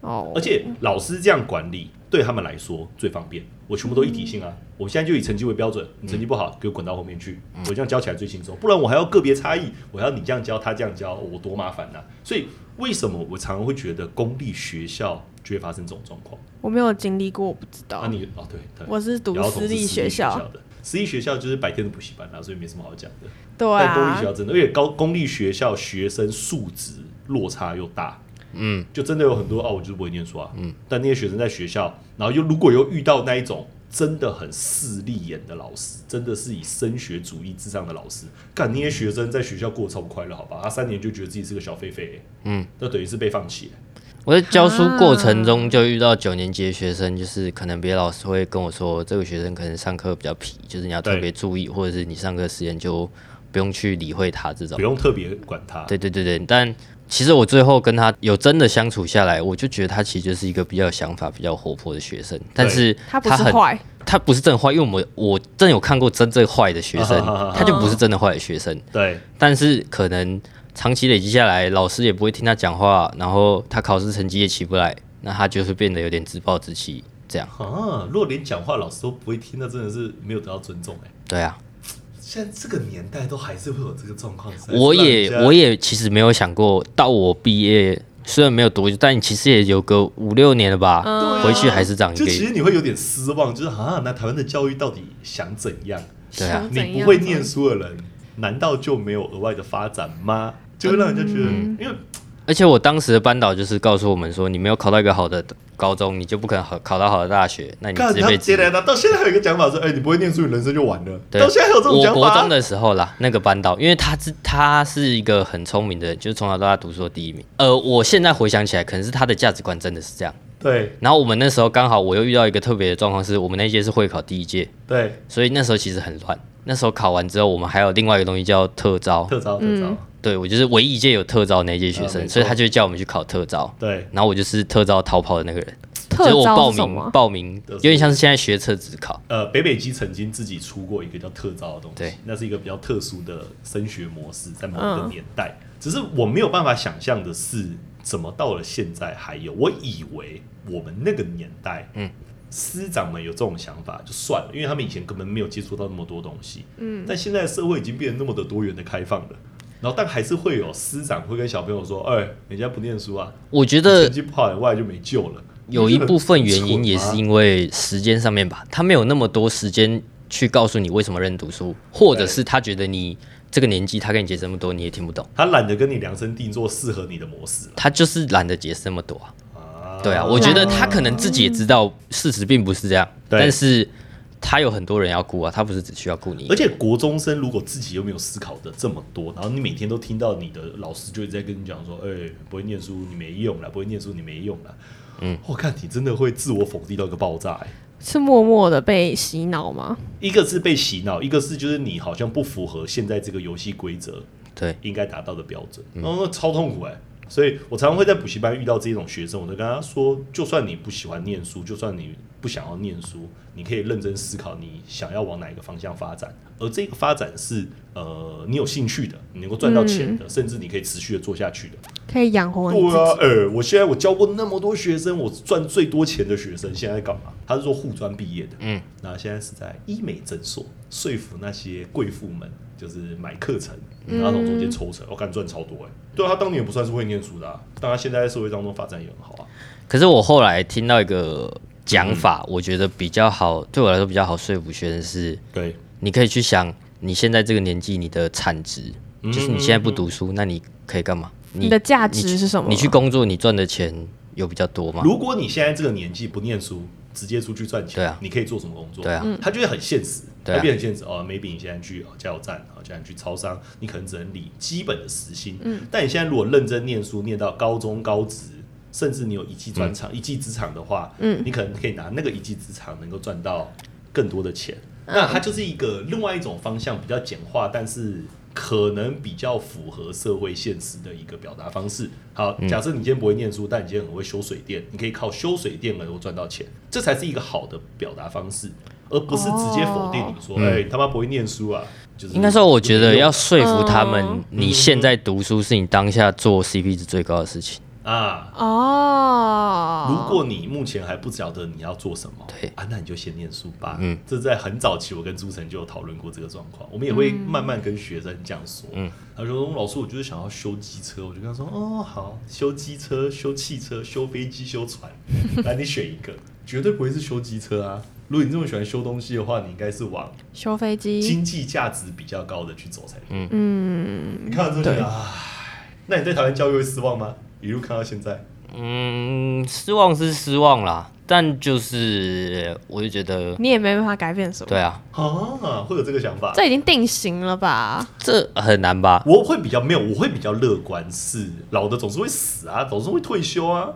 Speaker 2: 哦
Speaker 1: 而，且老师这样管理对他们来说最方便，我全部都一体性啊。
Speaker 2: 嗯
Speaker 1: 我现在就以成绩为标准，你成绩不好给我滚到后面去，我这样教起来最轻松，不然我还要个别差异，我要你这样教，他这样教，我多麻烦呐、所以为什么我常常会觉得公立学校就会发生这种状况？
Speaker 2: 我没有经历过，我不知道
Speaker 1: 啊。你，哦对，对
Speaker 2: 我是读
Speaker 1: 姚总
Speaker 2: 私
Speaker 1: 是
Speaker 2: 立学校，
Speaker 1: 的。私立学校就是白天的补习班啦、所以没什么好讲的。
Speaker 2: 对
Speaker 1: 但公立
Speaker 2: 啊
Speaker 1: 学，校真的，而且高公立学校学生素质落差又大，嗯，就真的有很多哦，我就是不会念书啊，嗯。但那些学生在学校，然后又如果又遇到那一种真的很势利眼的老师，真的是以升学主义至上的老师，干那些学生在学校过得超不快乐，好吧？他啊三年就觉得自己是个小狒狒、嗯，那等于是被放弃、
Speaker 3: 我在教书过程中就遇到九年级的学生，就是可能别的老师会跟我说，这个学生可能上课比较皮，就是你要特
Speaker 1: 对
Speaker 3: 别注意，或者是你上课时间就不用去理会他这种
Speaker 1: 不。用特别管他。，
Speaker 3: 对对对对，但其实我最后跟他有真的相处下来，我就觉得他其实就是一个比较有想法、比较活泼的学生，但是
Speaker 2: 他不
Speaker 3: 很
Speaker 2: 是坏，
Speaker 3: 他不是真的坏，因为我们我真的有看过真正坏的学生 他就不是真的坏的学生，
Speaker 1: 对，
Speaker 3: 但是可能长期累积下来，老师也不会听他讲话，然后他考试成绩也起不来，那他就是变得有点自暴自弃这样。
Speaker 1: 啊，如果连讲话老师都不会听，那真的是没有得到尊重哎、
Speaker 3: 对啊，
Speaker 1: 现在这个年代都还是会有这个状况，实在是
Speaker 3: 我也
Speaker 1: 让人家
Speaker 3: 我也其实没有想过，到我毕业虽然没有多久，但其实也有个五六年了吧，
Speaker 2: 嗯
Speaker 1: 对啊
Speaker 3: 回去还是长一
Speaker 1: 就
Speaker 3: 个。
Speaker 1: 其实你会有点失望，就是啊，那台湾的教育到底想怎样？
Speaker 3: 对啊
Speaker 2: 想怎
Speaker 1: 你
Speaker 2: 样
Speaker 1: 不会念书的人，难道就没有额外的发展吗？就会让人家觉得，
Speaker 2: 嗯
Speaker 1: 因为
Speaker 3: 而且我当时的班导就是告诉我们说，你没有考到一个好的高中，你就不可能好考到好的大学，嗯那你
Speaker 1: 干
Speaker 3: 直接
Speaker 1: 他
Speaker 3: 被
Speaker 1: 接
Speaker 3: 直
Speaker 1: 来的，到现在还有一个讲法说，哎、你不会念书，你人生就完了。
Speaker 3: 对，
Speaker 1: 到现在还有这种
Speaker 3: 我
Speaker 1: 讲
Speaker 3: 国
Speaker 1: 法
Speaker 3: 中，的时候啦，那个班导，因为他是他是一个很聪明的人，就是从小到大读书的第一名。呃，我现在回想起来，可能是他的价值观真的是这样。
Speaker 1: 对
Speaker 3: 然后我们那时候刚好我又遇到一个特别的状况，是我们那届是会考第一届，
Speaker 1: 对，
Speaker 3: 所以那时候其实很乱。那时候考完之后，我们还有另外一个东西叫特招，
Speaker 1: 特招特
Speaker 2: 嗯
Speaker 1: 招，
Speaker 3: 对我就是唯一一届有特招的那一届学
Speaker 1: 啊
Speaker 3: 生，
Speaker 1: 没错
Speaker 3: 所以他就叫我们去考特招。
Speaker 1: 对
Speaker 3: 然后我就是特招逃跑的那个人，就是啊
Speaker 2: 特
Speaker 3: 我
Speaker 2: 招
Speaker 3: 报
Speaker 2: 是什么
Speaker 3: 名？报名有点像是现在学测只考，
Speaker 1: 呃，北北基曾经自己出过一个叫特招的东西
Speaker 3: 对，
Speaker 1: 那是一个比较特殊的升学模式，在某一个
Speaker 2: 嗯
Speaker 1: 年代，只是我没有办法想象的是，怎么到了现在还有？我以为我们那个年代，
Speaker 3: 嗯。
Speaker 1: 师长们有这种想法就算了，因为他们以前根本没有接触到那么多东西。嗯，但现在社会已经变得那么的多元的开放了，然后但还是会有师长会跟小朋友说：“哎、人家不念书啊，
Speaker 3: 我觉得
Speaker 1: 成绩不好以外就没救了。”
Speaker 3: 有一部分原因也是
Speaker 1: 因
Speaker 3: 因为时间上面吧，他没有那么多时间去告诉你为什么认读书，或者是他觉得你这个年纪，他跟你解释这么多，你也听不懂，
Speaker 1: 他懒得跟你量身定做适合你的模式
Speaker 3: 他就是懒得解释那么多啊。
Speaker 1: 了。啊
Speaker 3: 对啊，我觉得他可能自己也知道事实并不是这样，
Speaker 1: 对
Speaker 3: 但是他有很多人要顾啊，他不是只需要顾你
Speaker 1: 而。且国中生如果自己又没有思考的这么多，然后你每天都听到你的老师就会在跟你讲说：“哎、不会念书你没用了，不会念书你没用了。”嗯，我、看你真的会自我否定到一个爆炸、欸。
Speaker 2: 是默默的被洗脑吗？
Speaker 1: 一个是被洗脑，一个是就是你好像不符合现在这个游戏规则
Speaker 3: 对，
Speaker 1: 应该达到的标准，然后、那超痛苦哎、所以我常常会在补习班遇到这种学生，我就跟他说，就算你不喜欢念书，就算你不想要念书，你可以认真思考你想要往哪一个方向发展，而这个发展是呃你有兴趣的，你能够赚到钱的，甚至你可以持续的做下去的。
Speaker 2: 可以养活你
Speaker 1: 对
Speaker 2: 自
Speaker 1: 啊
Speaker 2: 己？，
Speaker 1: 哎、我现在我教过那么多学生，我赚最多钱的学生现在在干嘛？他是说护专毕业的，嗯，那现在是在医美诊所说服那些贵妇们，就是买课程，
Speaker 3: 嗯
Speaker 1: 然后从中间抽成，我感觉赚超多哎、对啊，他当年也不算是会念书的、啊，但他现在在社会当中发展也很好啊。
Speaker 3: 可是我后来听到一个讲法，我觉得比较好，对我来说比较好说服学生是，
Speaker 1: 对，
Speaker 3: 你可以去想你现在这个年纪你的产值，就是你现在不读书，那你可以干嘛？
Speaker 2: 你的价值是什么？
Speaker 3: 你去工作，你赚的钱有比较多吗？
Speaker 1: 如果你现在这个年纪不念书，直接出去赚钱，
Speaker 3: 对啊
Speaker 1: 你可以做什么工作？
Speaker 3: 对啊，
Speaker 2: 嗯
Speaker 1: 他就会很现实，
Speaker 3: 对啊
Speaker 1: 他变得很现实哦。maybe 你现在去哦加油站，哦，现在去超商，你可能只能领基本的时薪。嗯，但你现在如果认真念书，念到高中、高职，甚至你有一技专长、一技之长的话，嗯，你可能可以拿那个一技之长能够赚到更多的钱。那它就是一个另外一种方向，比较简化，但是可能比较符合社会现实的一个表达方式。好，假设你今天不会念书，但你今天很会修水电，你可以靠修水电能够赚到钱，这才是一个好的表达方式，而不是直接否定你说，哎、你他妈不会念书啊！就是
Speaker 3: 应该说，我觉得要说服他们
Speaker 2: 嗯，
Speaker 3: 你现在读书是你当下做 CP 值最高的事情。
Speaker 1: 啊。
Speaker 2: 哦，
Speaker 1: 如果你目前还不晓得你要做什么，
Speaker 3: 对
Speaker 1: 啊，那你就先念书吧。
Speaker 3: 嗯
Speaker 1: 嗯，这在很早期，我跟朱晨就有讨论过这个状况，我们也会慢慢跟学生这样说。嗯，他说老师，我就是想要修机车，我就跟他说，哦，好，修机车、修汽车、修飞机、修船，来你选一个，绝对不会是修机车啊。如果你这么喜欢修东西的话，你应该是往
Speaker 2: 修飞机，
Speaker 1: 经济价值比较高的去走才对。
Speaker 2: 嗯，
Speaker 1: 你看到这个，唉那你对台湾教育会失望吗？一路看到现在，
Speaker 3: 嗯，失望是失望啦，但就是我就觉得，
Speaker 2: 你也没办法改变什么，
Speaker 3: 对啊，
Speaker 1: 啊，会有这个想法。
Speaker 2: 这已经定型了吧？
Speaker 3: 这很难吧？
Speaker 1: 我会比较没有，我会比较乐观，是老的总是会死啊，总是会退休啊。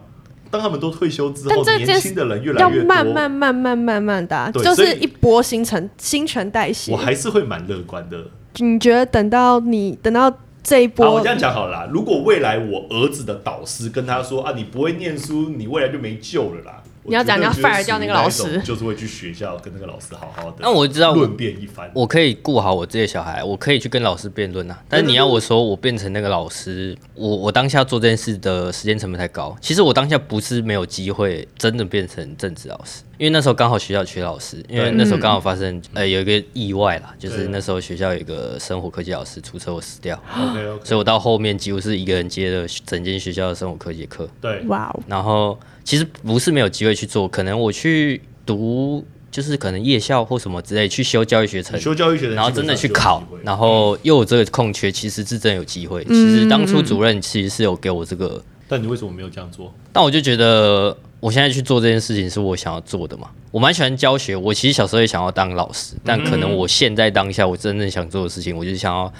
Speaker 1: 当他们都退休之后，
Speaker 2: 但这件
Speaker 1: 年轻的人越来
Speaker 2: 要
Speaker 1: 越多，
Speaker 2: 慢慢慢慢慢慢的啊、
Speaker 1: 对
Speaker 2: 就
Speaker 1: 所
Speaker 2: 是
Speaker 1: 以
Speaker 2: 一波新陈新陈代谢
Speaker 1: 我。还是会蛮乐观的。
Speaker 2: 你觉得等到你等到这一
Speaker 1: 好，
Speaker 2: 波
Speaker 1: 我这，样讲好了啊啦。如果未来我儿子的导师跟他说啊，你不会念书，你未来就没救了啦。
Speaker 2: 你要讲
Speaker 1: 我觉得
Speaker 2: 你要 fire 掉那个老师
Speaker 1: 就是属于一种就是会去学校跟那个老师好好的，
Speaker 3: 那我知道我
Speaker 1: 论辩一番。
Speaker 3: 我可以顾好我自己的小孩，我可以去跟老师辩论啊。但是你要我说我变成那个老师，我我当下做这件事的时间成本太高。其实我当下不是没有机会真的变成正职老师，因为那时候刚好学校缺老师，因
Speaker 1: 对
Speaker 3: 为那时候刚好发生呃有一个意外啦，就是
Speaker 1: 对
Speaker 3: 那时候学校有一个生活科技老师出车祸死掉，
Speaker 1: OK OK，
Speaker 3: 所以我到后面几乎是一个人接了整间学校的生活科技课。
Speaker 1: 对，
Speaker 2: 哇哦，
Speaker 3: 然后其实不是没有机会去做，可能我去读就是可能夜校或什么之类去修教育学程
Speaker 1: 你，修教育学的人
Speaker 3: 然后真的
Speaker 1: 基
Speaker 3: 去
Speaker 1: 本上
Speaker 3: 考
Speaker 1: 就有机会，嗯
Speaker 3: 然后又有这个空缺，其实是真的有机会。其实当初主任其实是有给我这个，
Speaker 1: 但你为什么没有这样做？
Speaker 3: 但我就觉得我现在去做这件事情是我想要做的嘛。我蛮喜欢教学，我其实小时候也想要当老师，
Speaker 1: 嗯
Speaker 3: 但可能我现在当下我真正想做的事情，我就是想要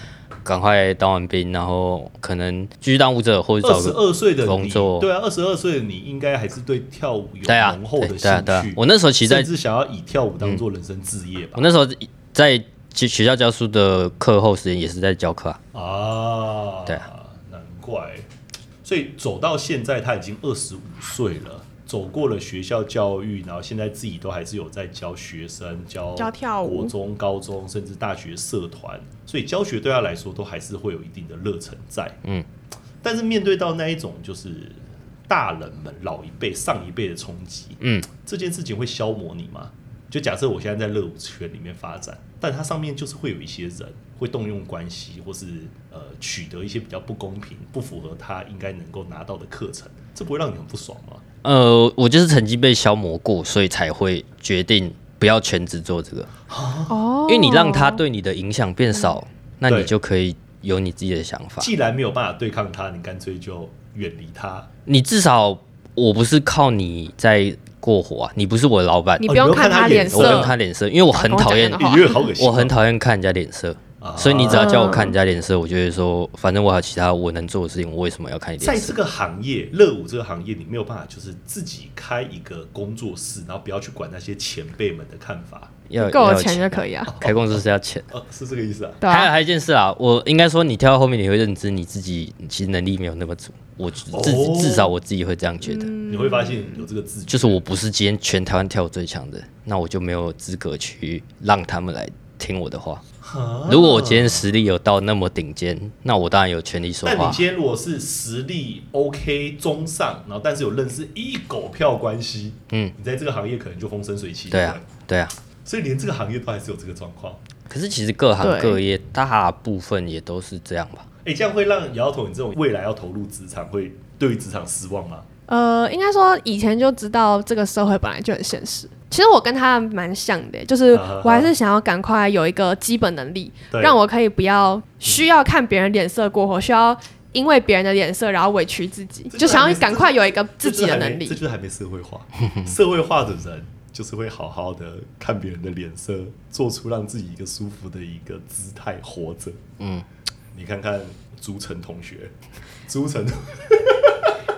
Speaker 3: 赶快当完兵，然后可能继续当舞者或者
Speaker 1: 二
Speaker 3: 找
Speaker 1: 十
Speaker 3: 个
Speaker 1: 二岁的
Speaker 3: 工
Speaker 1: 你，
Speaker 3: 作
Speaker 1: 对啊，二十二岁的你应该还是对跳舞有
Speaker 3: 对啊，
Speaker 1: 浓厚
Speaker 3: 对
Speaker 1: 的
Speaker 3: 对啊，对啊
Speaker 1: 兴趣。
Speaker 3: 我那时候其实在嗯
Speaker 1: 甚至想要以跳舞当做人生置业吧
Speaker 3: 我。那时候在学学校教书的课后时间也是在教课啊。
Speaker 1: 啊，
Speaker 3: 对
Speaker 1: 难怪。所以走到现在，他已经二十五岁了，走过了学校教育，然后现在自己都还是有在教学生，教
Speaker 2: 教跳舞
Speaker 1: 国中、高中，甚至大学社团。所以教学对他来说，都还是会有一定的热忱在。
Speaker 3: 嗯，
Speaker 1: 但是面对到那一种就是大人们、老一辈、上一辈的冲击，
Speaker 3: 嗯，
Speaker 1: 这件事情会消磨你吗？就假设我现在在热舞圈里面发展，但它上面就是会有一些人会动用关系，或是呃取得一些比较不公平、不符合他应该能够拿到的课程，这不会让你很不爽吗？
Speaker 3: 呃，我就是曾经被消磨过，所以才会决定不要全职做这个，
Speaker 2: 哦嗯
Speaker 3: 因为你让他对你的影响变少，那你
Speaker 1: 对
Speaker 3: 就可以有你自己的想法。
Speaker 1: 既然没有办法对抗他，你干脆就远离他。
Speaker 3: 你至少我不是靠你在过活啊，你不是我的老板
Speaker 2: 你，
Speaker 1: 哦
Speaker 2: 不用
Speaker 1: 你不用看他
Speaker 2: 看他
Speaker 1: 脸
Speaker 2: 脸
Speaker 1: 色
Speaker 3: 我不用
Speaker 2: 色，
Speaker 3: 看脸色，因为我很
Speaker 2: 跟我
Speaker 3: 讨
Speaker 2: 讲
Speaker 3: 厌
Speaker 2: 一样的
Speaker 1: 你越好恶心哦，
Speaker 3: 我很讨厌看人家脸色，
Speaker 1: 啊
Speaker 3: 所以你只要叫我看人家脸色，我就会说，反正我还有其他我能做的事情，我为什么要看你
Speaker 1: 在
Speaker 3: 脸色
Speaker 1: 这？个行业，热舞这个行业，你没有办法就是自己开一个工作室，然后不要去管那些前辈们的看法。
Speaker 3: 要
Speaker 2: 够
Speaker 3: 要
Speaker 2: 有
Speaker 3: 有
Speaker 2: 钱
Speaker 3: 钱
Speaker 2: 就
Speaker 3: 啊，
Speaker 2: 可以啊，
Speaker 3: 开公司是要钱。
Speaker 1: 呃、是这个意思啊？
Speaker 2: 对
Speaker 3: 还有
Speaker 2: 啊，
Speaker 3: 还有一件事啊，我应该说你跳到后面，你会认知你自己其实能力没有那么足。我自
Speaker 1: 哦嗯
Speaker 3: 自至少我自己会这样觉得，
Speaker 1: 你会发现有这个自觉，
Speaker 3: 就是我不是今天全台湾跳舞最强的，那我就没有资格去让他们来听我的话。
Speaker 1: 啊
Speaker 3: 如果我今天实力有到那么顶尖，那我当然有权利说
Speaker 1: 但你
Speaker 3: 话。
Speaker 1: 今天如果是实力 OK 中上，然后但是有认识一狗票关系，
Speaker 3: 嗯，
Speaker 1: 你在这个行业可能就风生水起。
Speaker 3: 对啊
Speaker 1: 不，
Speaker 3: 对啊。
Speaker 1: 所以连这个行业都还是有这个状况。
Speaker 3: 可是其实各行
Speaker 2: 对
Speaker 3: 各业大部分也都是这样吧。
Speaker 1: 哎、这样会让姚头你这种未来要投入职场，会对于职场失望吗？
Speaker 2: 呃，应该说以前就知道这个社会本来就很现实。其实我跟他蛮像的，就是
Speaker 1: 啊哈
Speaker 2: 我还是想要赶快有一个基本能力，
Speaker 1: 对
Speaker 2: 让我可以不要需要看别人脸色过活，需要因为别人的脸色然后委屈自己，
Speaker 1: 这
Speaker 2: 就想
Speaker 1: 还
Speaker 2: 要
Speaker 1: 没
Speaker 2: 赶快有一个
Speaker 1: 这就
Speaker 2: 自
Speaker 1: 是
Speaker 2: 己的
Speaker 1: 还没
Speaker 2: 能力
Speaker 1: 这。就是还没社会化。 社会化的人就是会好好的看别人的脸色，做出让自己一个舒服的一个姿态活着。
Speaker 3: 嗯，
Speaker 1: 你看看朱晨同学，朱晨。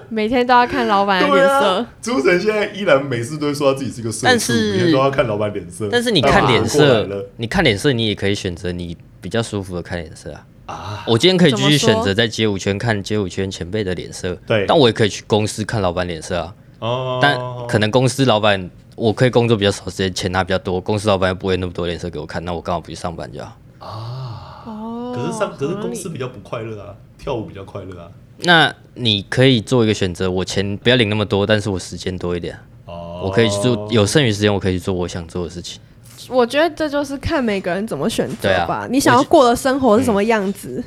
Speaker 2: 每天都要看老板的
Speaker 1: 对
Speaker 2: 脸
Speaker 1: 啊
Speaker 2: 色，，
Speaker 1: 朱晨现在依然每次都会说他自己是个社畜，
Speaker 3: 但是
Speaker 1: 每天都要看老板脸色。
Speaker 3: 但是你看
Speaker 1: 但
Speaker 3: 脸
Speaker 1: 忙不过来了
Speaker 3: 色，你看脸色，你也可以选择你比较舒服的看脸色啊。
Speaker 1: 啊，
Speaker 3: 我今天可以继续选
Speaker 2: 怎么
Speaker 3: 择
Speaker 2: 说
Speaker 3: 在街舞圈看街舞圈前辈的脸色，
Speaker 1: 对
Speaker 3: 但我也可以去公司看老板脸色啊。
Speaker 1: 哦
Speaker 3: 但可能公司老板我可以工作比较少时间，钱拿比较多，公司老板又不会那么多脸色给我看，那我刚好不去上班就好。
Speaker 1: 啊，
Speaker 2: 哦
Speaker 1: 可是上可是公司比较不快乐啊，跳舞比较快乐啊。
Speaker 3: 那你可以做一个选择，我钱不要领那么多，但是我时间多一点，
Speaker 1: 哦，
Speaker 3: 我可以去做有剩余时间，我可以去做我想做的事情。
Speaker 2: 我觉得这就是看每个人怎么选择
Speaker 3: 对啊
Speaker 2: 吧。你想要过的生活是什么样子？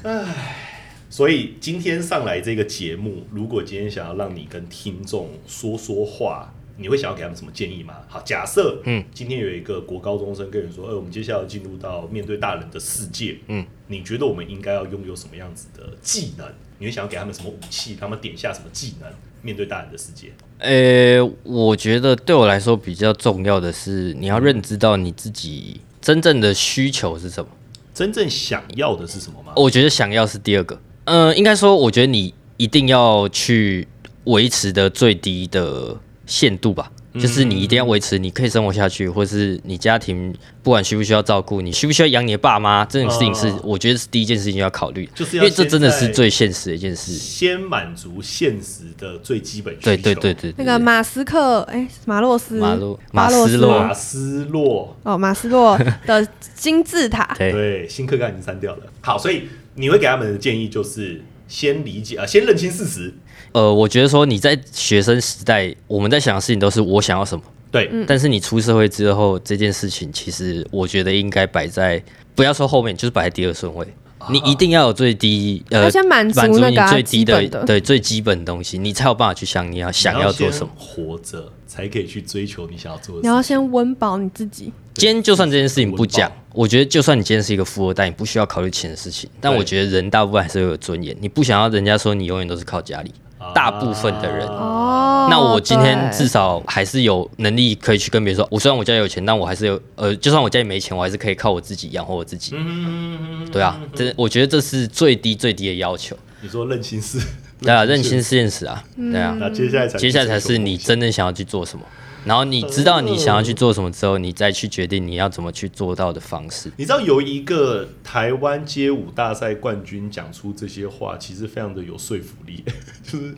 Speaker 1: 所以今天上来这个节目，如果今天想要让你跟听众说说话，你会想要给他们什么建议吗？好，假设
Speaker 3: 嗯，
Speaker 1: 今天有一个国高中生跟你说，呃，我们接下来要进入到面对大人的世界，
Speaker 3: 嗯，
Speaker 1: 你觉得我们应该要拥有什么样子的技能？你会想要给他们什么武器？他们点下什么技能？面对大人的世界，
Speaker 3: 呃，我觉得对我来说比较重要的是，你要认知到你自己真正的需求是什么。
Speaker 1: 真正想要的是什么吗？
Speaker 3: 我觉得想要是第二个，嗯、应该说，我觉得你一定要去维持的最低的限度吧。
Speaker 1: 嗯
Speaker 3: 就是你一定要维持，你可以生活下去，或是你家庭不管需不需要照顾，你需不需要养你的爸妈，这种事情是、
Speaker 1: 哦
Speaker 3: 我觉得是第一件事情要考虑，
Speaker 1: 就是
Speaker 3: 因
Speaker 1: 要
Speaker 3: 为这真的是
Speaker 1: 现在
Speaker 3: 最现实的一件事。
Speaker 1: 先满足现实的最基本需求。
Speaker 3: 对对对，对，
Speaker 2: 那
Speaker 3: 对
Speaker 2: 个马斯克，哎，马洛斯，
Speaker 3: 马路
Speaker 2: 巴
Speaker 3: 马
Speaker 2: 洛
Speaker 3: 斯
Speaker 2: 斯
Speaker 3: 洛
Speaker 1: 马斯洛，
Speaker 2: 哦，马斯洛的金字塔，
Speaker 3: 对
Speaker 1: 对，新课纲已经删掉了。好，所以你会给他们的建议就是先理解，呃，先认清事实。
Speaker 3: 呃，我觉得说你在学生时代，我们在想的事情都是我想要什么，
Speaker 1: 对，
Speaker 3: 但是你出社会之后，这件事情其实我觉得应该摆在不要说后面，就是摆在第二顺位。你一定要有最低，呃
Speaker 2: 要，先满足
Speaker 3: 足
Speaker 2: 那
Speaker 3: 你
Speaker 2: 个啊
Speaker 3: 最低
Speaker 2: 基
Speaker 3: 的
Speaker 2: 本，的
Speaker 3: 对最基本的东西，你才有办法去想你要想
Speaker 1: 你
Speaker 3: 要做什么。
Speaker 1: 先活着才可以去追求你想要做的事
Speaker 2: 你
Speaker 1: 情。
Speaker 2: 要先温饱你自己。
Speaker 3: 今天就算这件事情不讲
Speaker 1: 文化，
Speaker 3: 我觉得就算你今天是一个富二代，你不需要考虑钱的事情。但
Speaker 1: 对
Speaker 3: 我觉得人大部分还是会有尊严，你不想要人家说你永远都是靠家里，嗯大部分的人。
Speaker 1: 啊
Speaker 2: 哦
Speaker 3: 那我今天
Speaker 2: 对
Speaker 3: 至少还是有能力可以去跟别人说，我虽然我家里有钱，但我还是有呃，就算我家里没钱，我还是可以靠我自己养活我自己。
Speaker 1: 嗯，
Speaker 3: 对啊，这我觉得这是最低最低的要求。
Speaker 1: 你说认清事，
Speaker 3: 对啊，认清现实啊，
Speaker 2: 嗯
Speaker 3: 对啊，
Speaker 1: 那接下来才
Speaker 3: 接下来才是你真正想要去做什么。然后你知道你想要去做什么之后，你再去决定你要怎么去做到的方式。
Speaker 1: 你知道有一个台湾街舞大赛冠军讲出这些话，其实非常的有说服力， 就是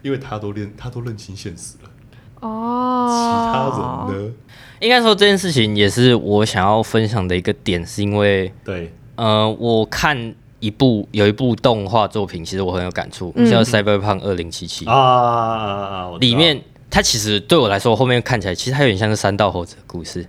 Speaker 1: 因为他都认他都认清现实了，
Speaker 2: 哦，
Speaker 1: 其他人呢？
Speaker 3: 应该说这件事情也是我想要分享的一个点，是因为
Speaker 1: 对，
Speaker 3: 呃，我看一部有一部动画作品，其实我很有感触，
Speaker 2: 嗯
Speaker 3: 叫《Cyberpunk 二零七七》，
Speaker 1: 啊，我知道
Speaker 3: 里面它其实对我来说，后面看起来其实它有点像是三道猴子的故事。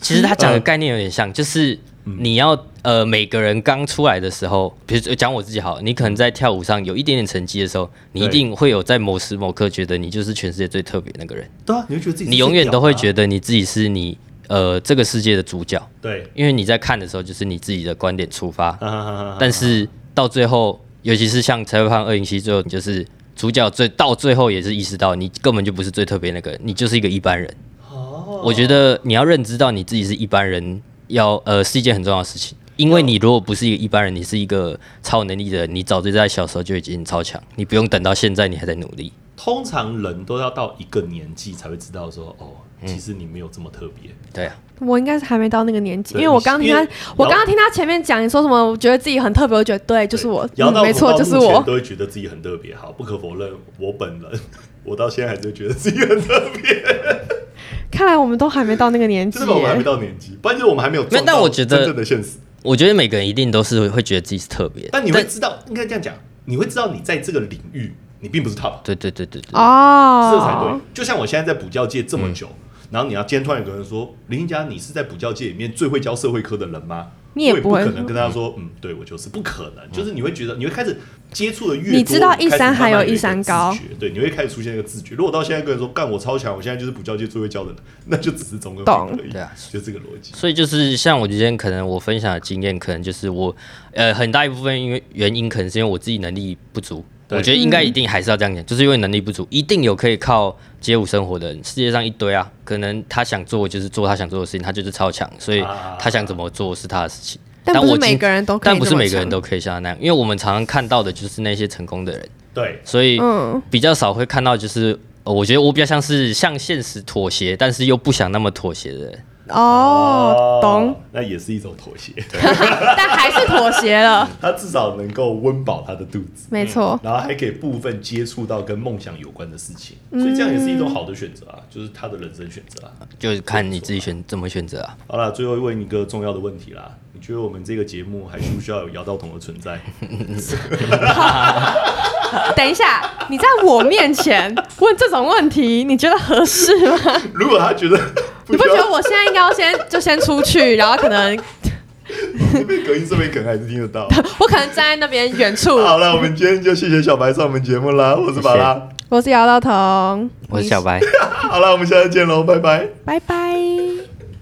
Speaker 3: 其实它讲的
Speaker 1: 嗯
Speaker 3: 概念有点像，就是你要呃每个人刚出来的时候，比如说讲我自己好了，你可能在跳舞上有一点点成绩的时候，你一
Speaker 1: 嗯对
Speaker 3: 定会有在某时某刻觉得你就是全世界最特别的那个人，
Speaker 1: 对啊，你会觉得自己
Speaker 3: 你永远都会觉
Speaker 1: 得
Speaker 3: 得你自己是你呃这个世界的主角，
Speaker 1: 对，
Speaker 3: 因为你在看的时候就是你自己的观点出发，
Speaker 1: 啊啊啊啊
Speaker 3: 但是到最后，尤其是像《裁判二零七》最后，你就是主角最到最后也是意识到，你根本就不是最特别那个人，你就是一个一般人。
Speaker 1: 哦，
Speaker 3: 我觉得你要认知到你自己是一般人，要呃是一件很重要的事情。因为你如果不是一个一般人，你是一个超有能力的人，你早就在小时候就已经超强，你不用等到现在你还在努力。
Speaker 1: 通常人都要到一个年纪才会知道说，哦，
Speaker 3: 嗯
Speaker 1: 其实你没有这么特别，
Speaker 3: 对啊，
Speaker 2: 我应该是还没到那个年纪，因
Speaker 1: 对
Speaker 2: 为我刚听他
Speaker 1: 因为，
Speaker 2: 我刚
Speaker 1: 摇
Speaker 2: 刚听他前面讲，你说什么？我觉得自己很特别，我觉得对，就是我，
Speaker 1: 摇
Speaker 2: 嗯
Speaker 1: 到
Speaker 2: 没错，
Speaker 1: 我到
Speaker 2: 就是
Speaker 1: 目前
Speaker 2: 我。
Speaker 1: 都会觉得自己很特别。好，不可否认，我本人我到现在还是会觉得自己很特 别，
Speaker 2: 看来我们都还没到那个年纪
Speaker 1: 就是我们还没
Speaker 2: 耶。
Speaker 1: 到年纪，不然就是我们还没有
Speaker 3: 没
Speaker 1: 撞
Speaker 3: 有但
Speaker 1: 到
Speaker 3: 我觉得
Speaker 1: 真正的现实。
Speaker 3: 我觉得每个人一定都是会觉得自己是特别的，
Speaker 1: 但你会知道，应该这样讲，你会知道你在这个领域你并不是 top，
Speaker 3: 对对对对对，
Speaker 1: 这才对
Speaker 2: 哦，。嗯
Speaker 1: 就像我现在在补教界这么久，然后你要今天突然有个人说林俊佳，你是在补教界里面最会教社会科的人吗？
Speaker 2: 你也
Speaker 1: 我也
Speaker 2: 不
Speaker 1: 不
Speaker 2: 会嗯
Speaker 1: 可能跟他说，嗯，对我就是不可能，就是你会觉得你会开始接触的越多，
Speaker 2: 你知道一山还有
Speaker 1: 开始慢慢有
Speaker 2: 一山高
Speaker 1: 一个自觉，对，你会开始出现一个自觉。如果到现在跟人说干我超强，我现在就是补教界最会教的人，那就只是中跟
Speaker 2: 懂
Speaker 1: 而已，
Speaker 3: 对啊
Speaker 1: 就这个逻辑。
Speaker 3: 所以就是像我今天可能我分享的经验，可能就是我呃很大一部分因为原因，可能是因为我自己能力不足。
Speaker 1: 对
Speaker 3: 我觉得应该一定还是要这样讲，就是因为能力不足，一定有可以靠街舞生活的人，世界上一堆啊。可能他想做就是做他想做的事情，他就是超强，所以
Speaker 1: 啊
Speaker 3: 他想怎么做是他的事情。
Speaker 2: 但不
Speaker 3: 我
Speaker 2: 是每
Speaker 3: 今
Speaker 2: 个人都可以
Speaker 3: 但不是
Speaker 2: 这么
Speaker 3: 每个人
Speaker 2: 强
Speaker 3: 都可以像他那样，因为我们常常看到的就是那些成功的人，
Speaker 1: 对，
Speaker 3: 所以
Speaker 2: 嗯
Speaker 3: 比较少会看到就是。呃我觉得我比较像是向现实妥协，但是又不想那么妥协的人。
Speaker 2: 哦，懂，，
Speaker 1: 那也是一种妥协。
Speaker 2: 但还是妥协 了，
Speaker 1: 他至少能够温饱他的肚子，嗯
Speaker 2: 没错。
Speaker 1: 然后还可以部分接触到跟梦想有关的事情，所以这样也是一种好的选择
Speaker 2: 嗯
Speaker 1: 啊，就是他的人生选择啊。
Speaker 3: 就是看你自己选怎么选择啊。
Speaker 1: 好了，最后问一个重要的问题啦，你觉得我们这个节目还需不需要有姚道彤的存在？
Speaker 2: 等一下，你在我面前问这种问题，你觉得合适 吗？
Speaker 1: 如果他觉得不
Speaker 2: 你不
Speaker 1: 需
Speaker 2: 觉得
Speaker 1: 要，
Speaker 2: 我现在应该要先就先出去，然后可能
Speaker 1: 被隔音设备梗还是听得 到。
Speaker 2: 我可能站在那边远处，
Speaker 1: 好了，我们今天就谢谢小白上我们节目啦，我是宝拉。
Speaker 2: 我是姚道彤，
Speaker 3: 我是小白。
Speaker 1: 好了，我们下次见喽，拜拜。
Speaker 2: 拜拜。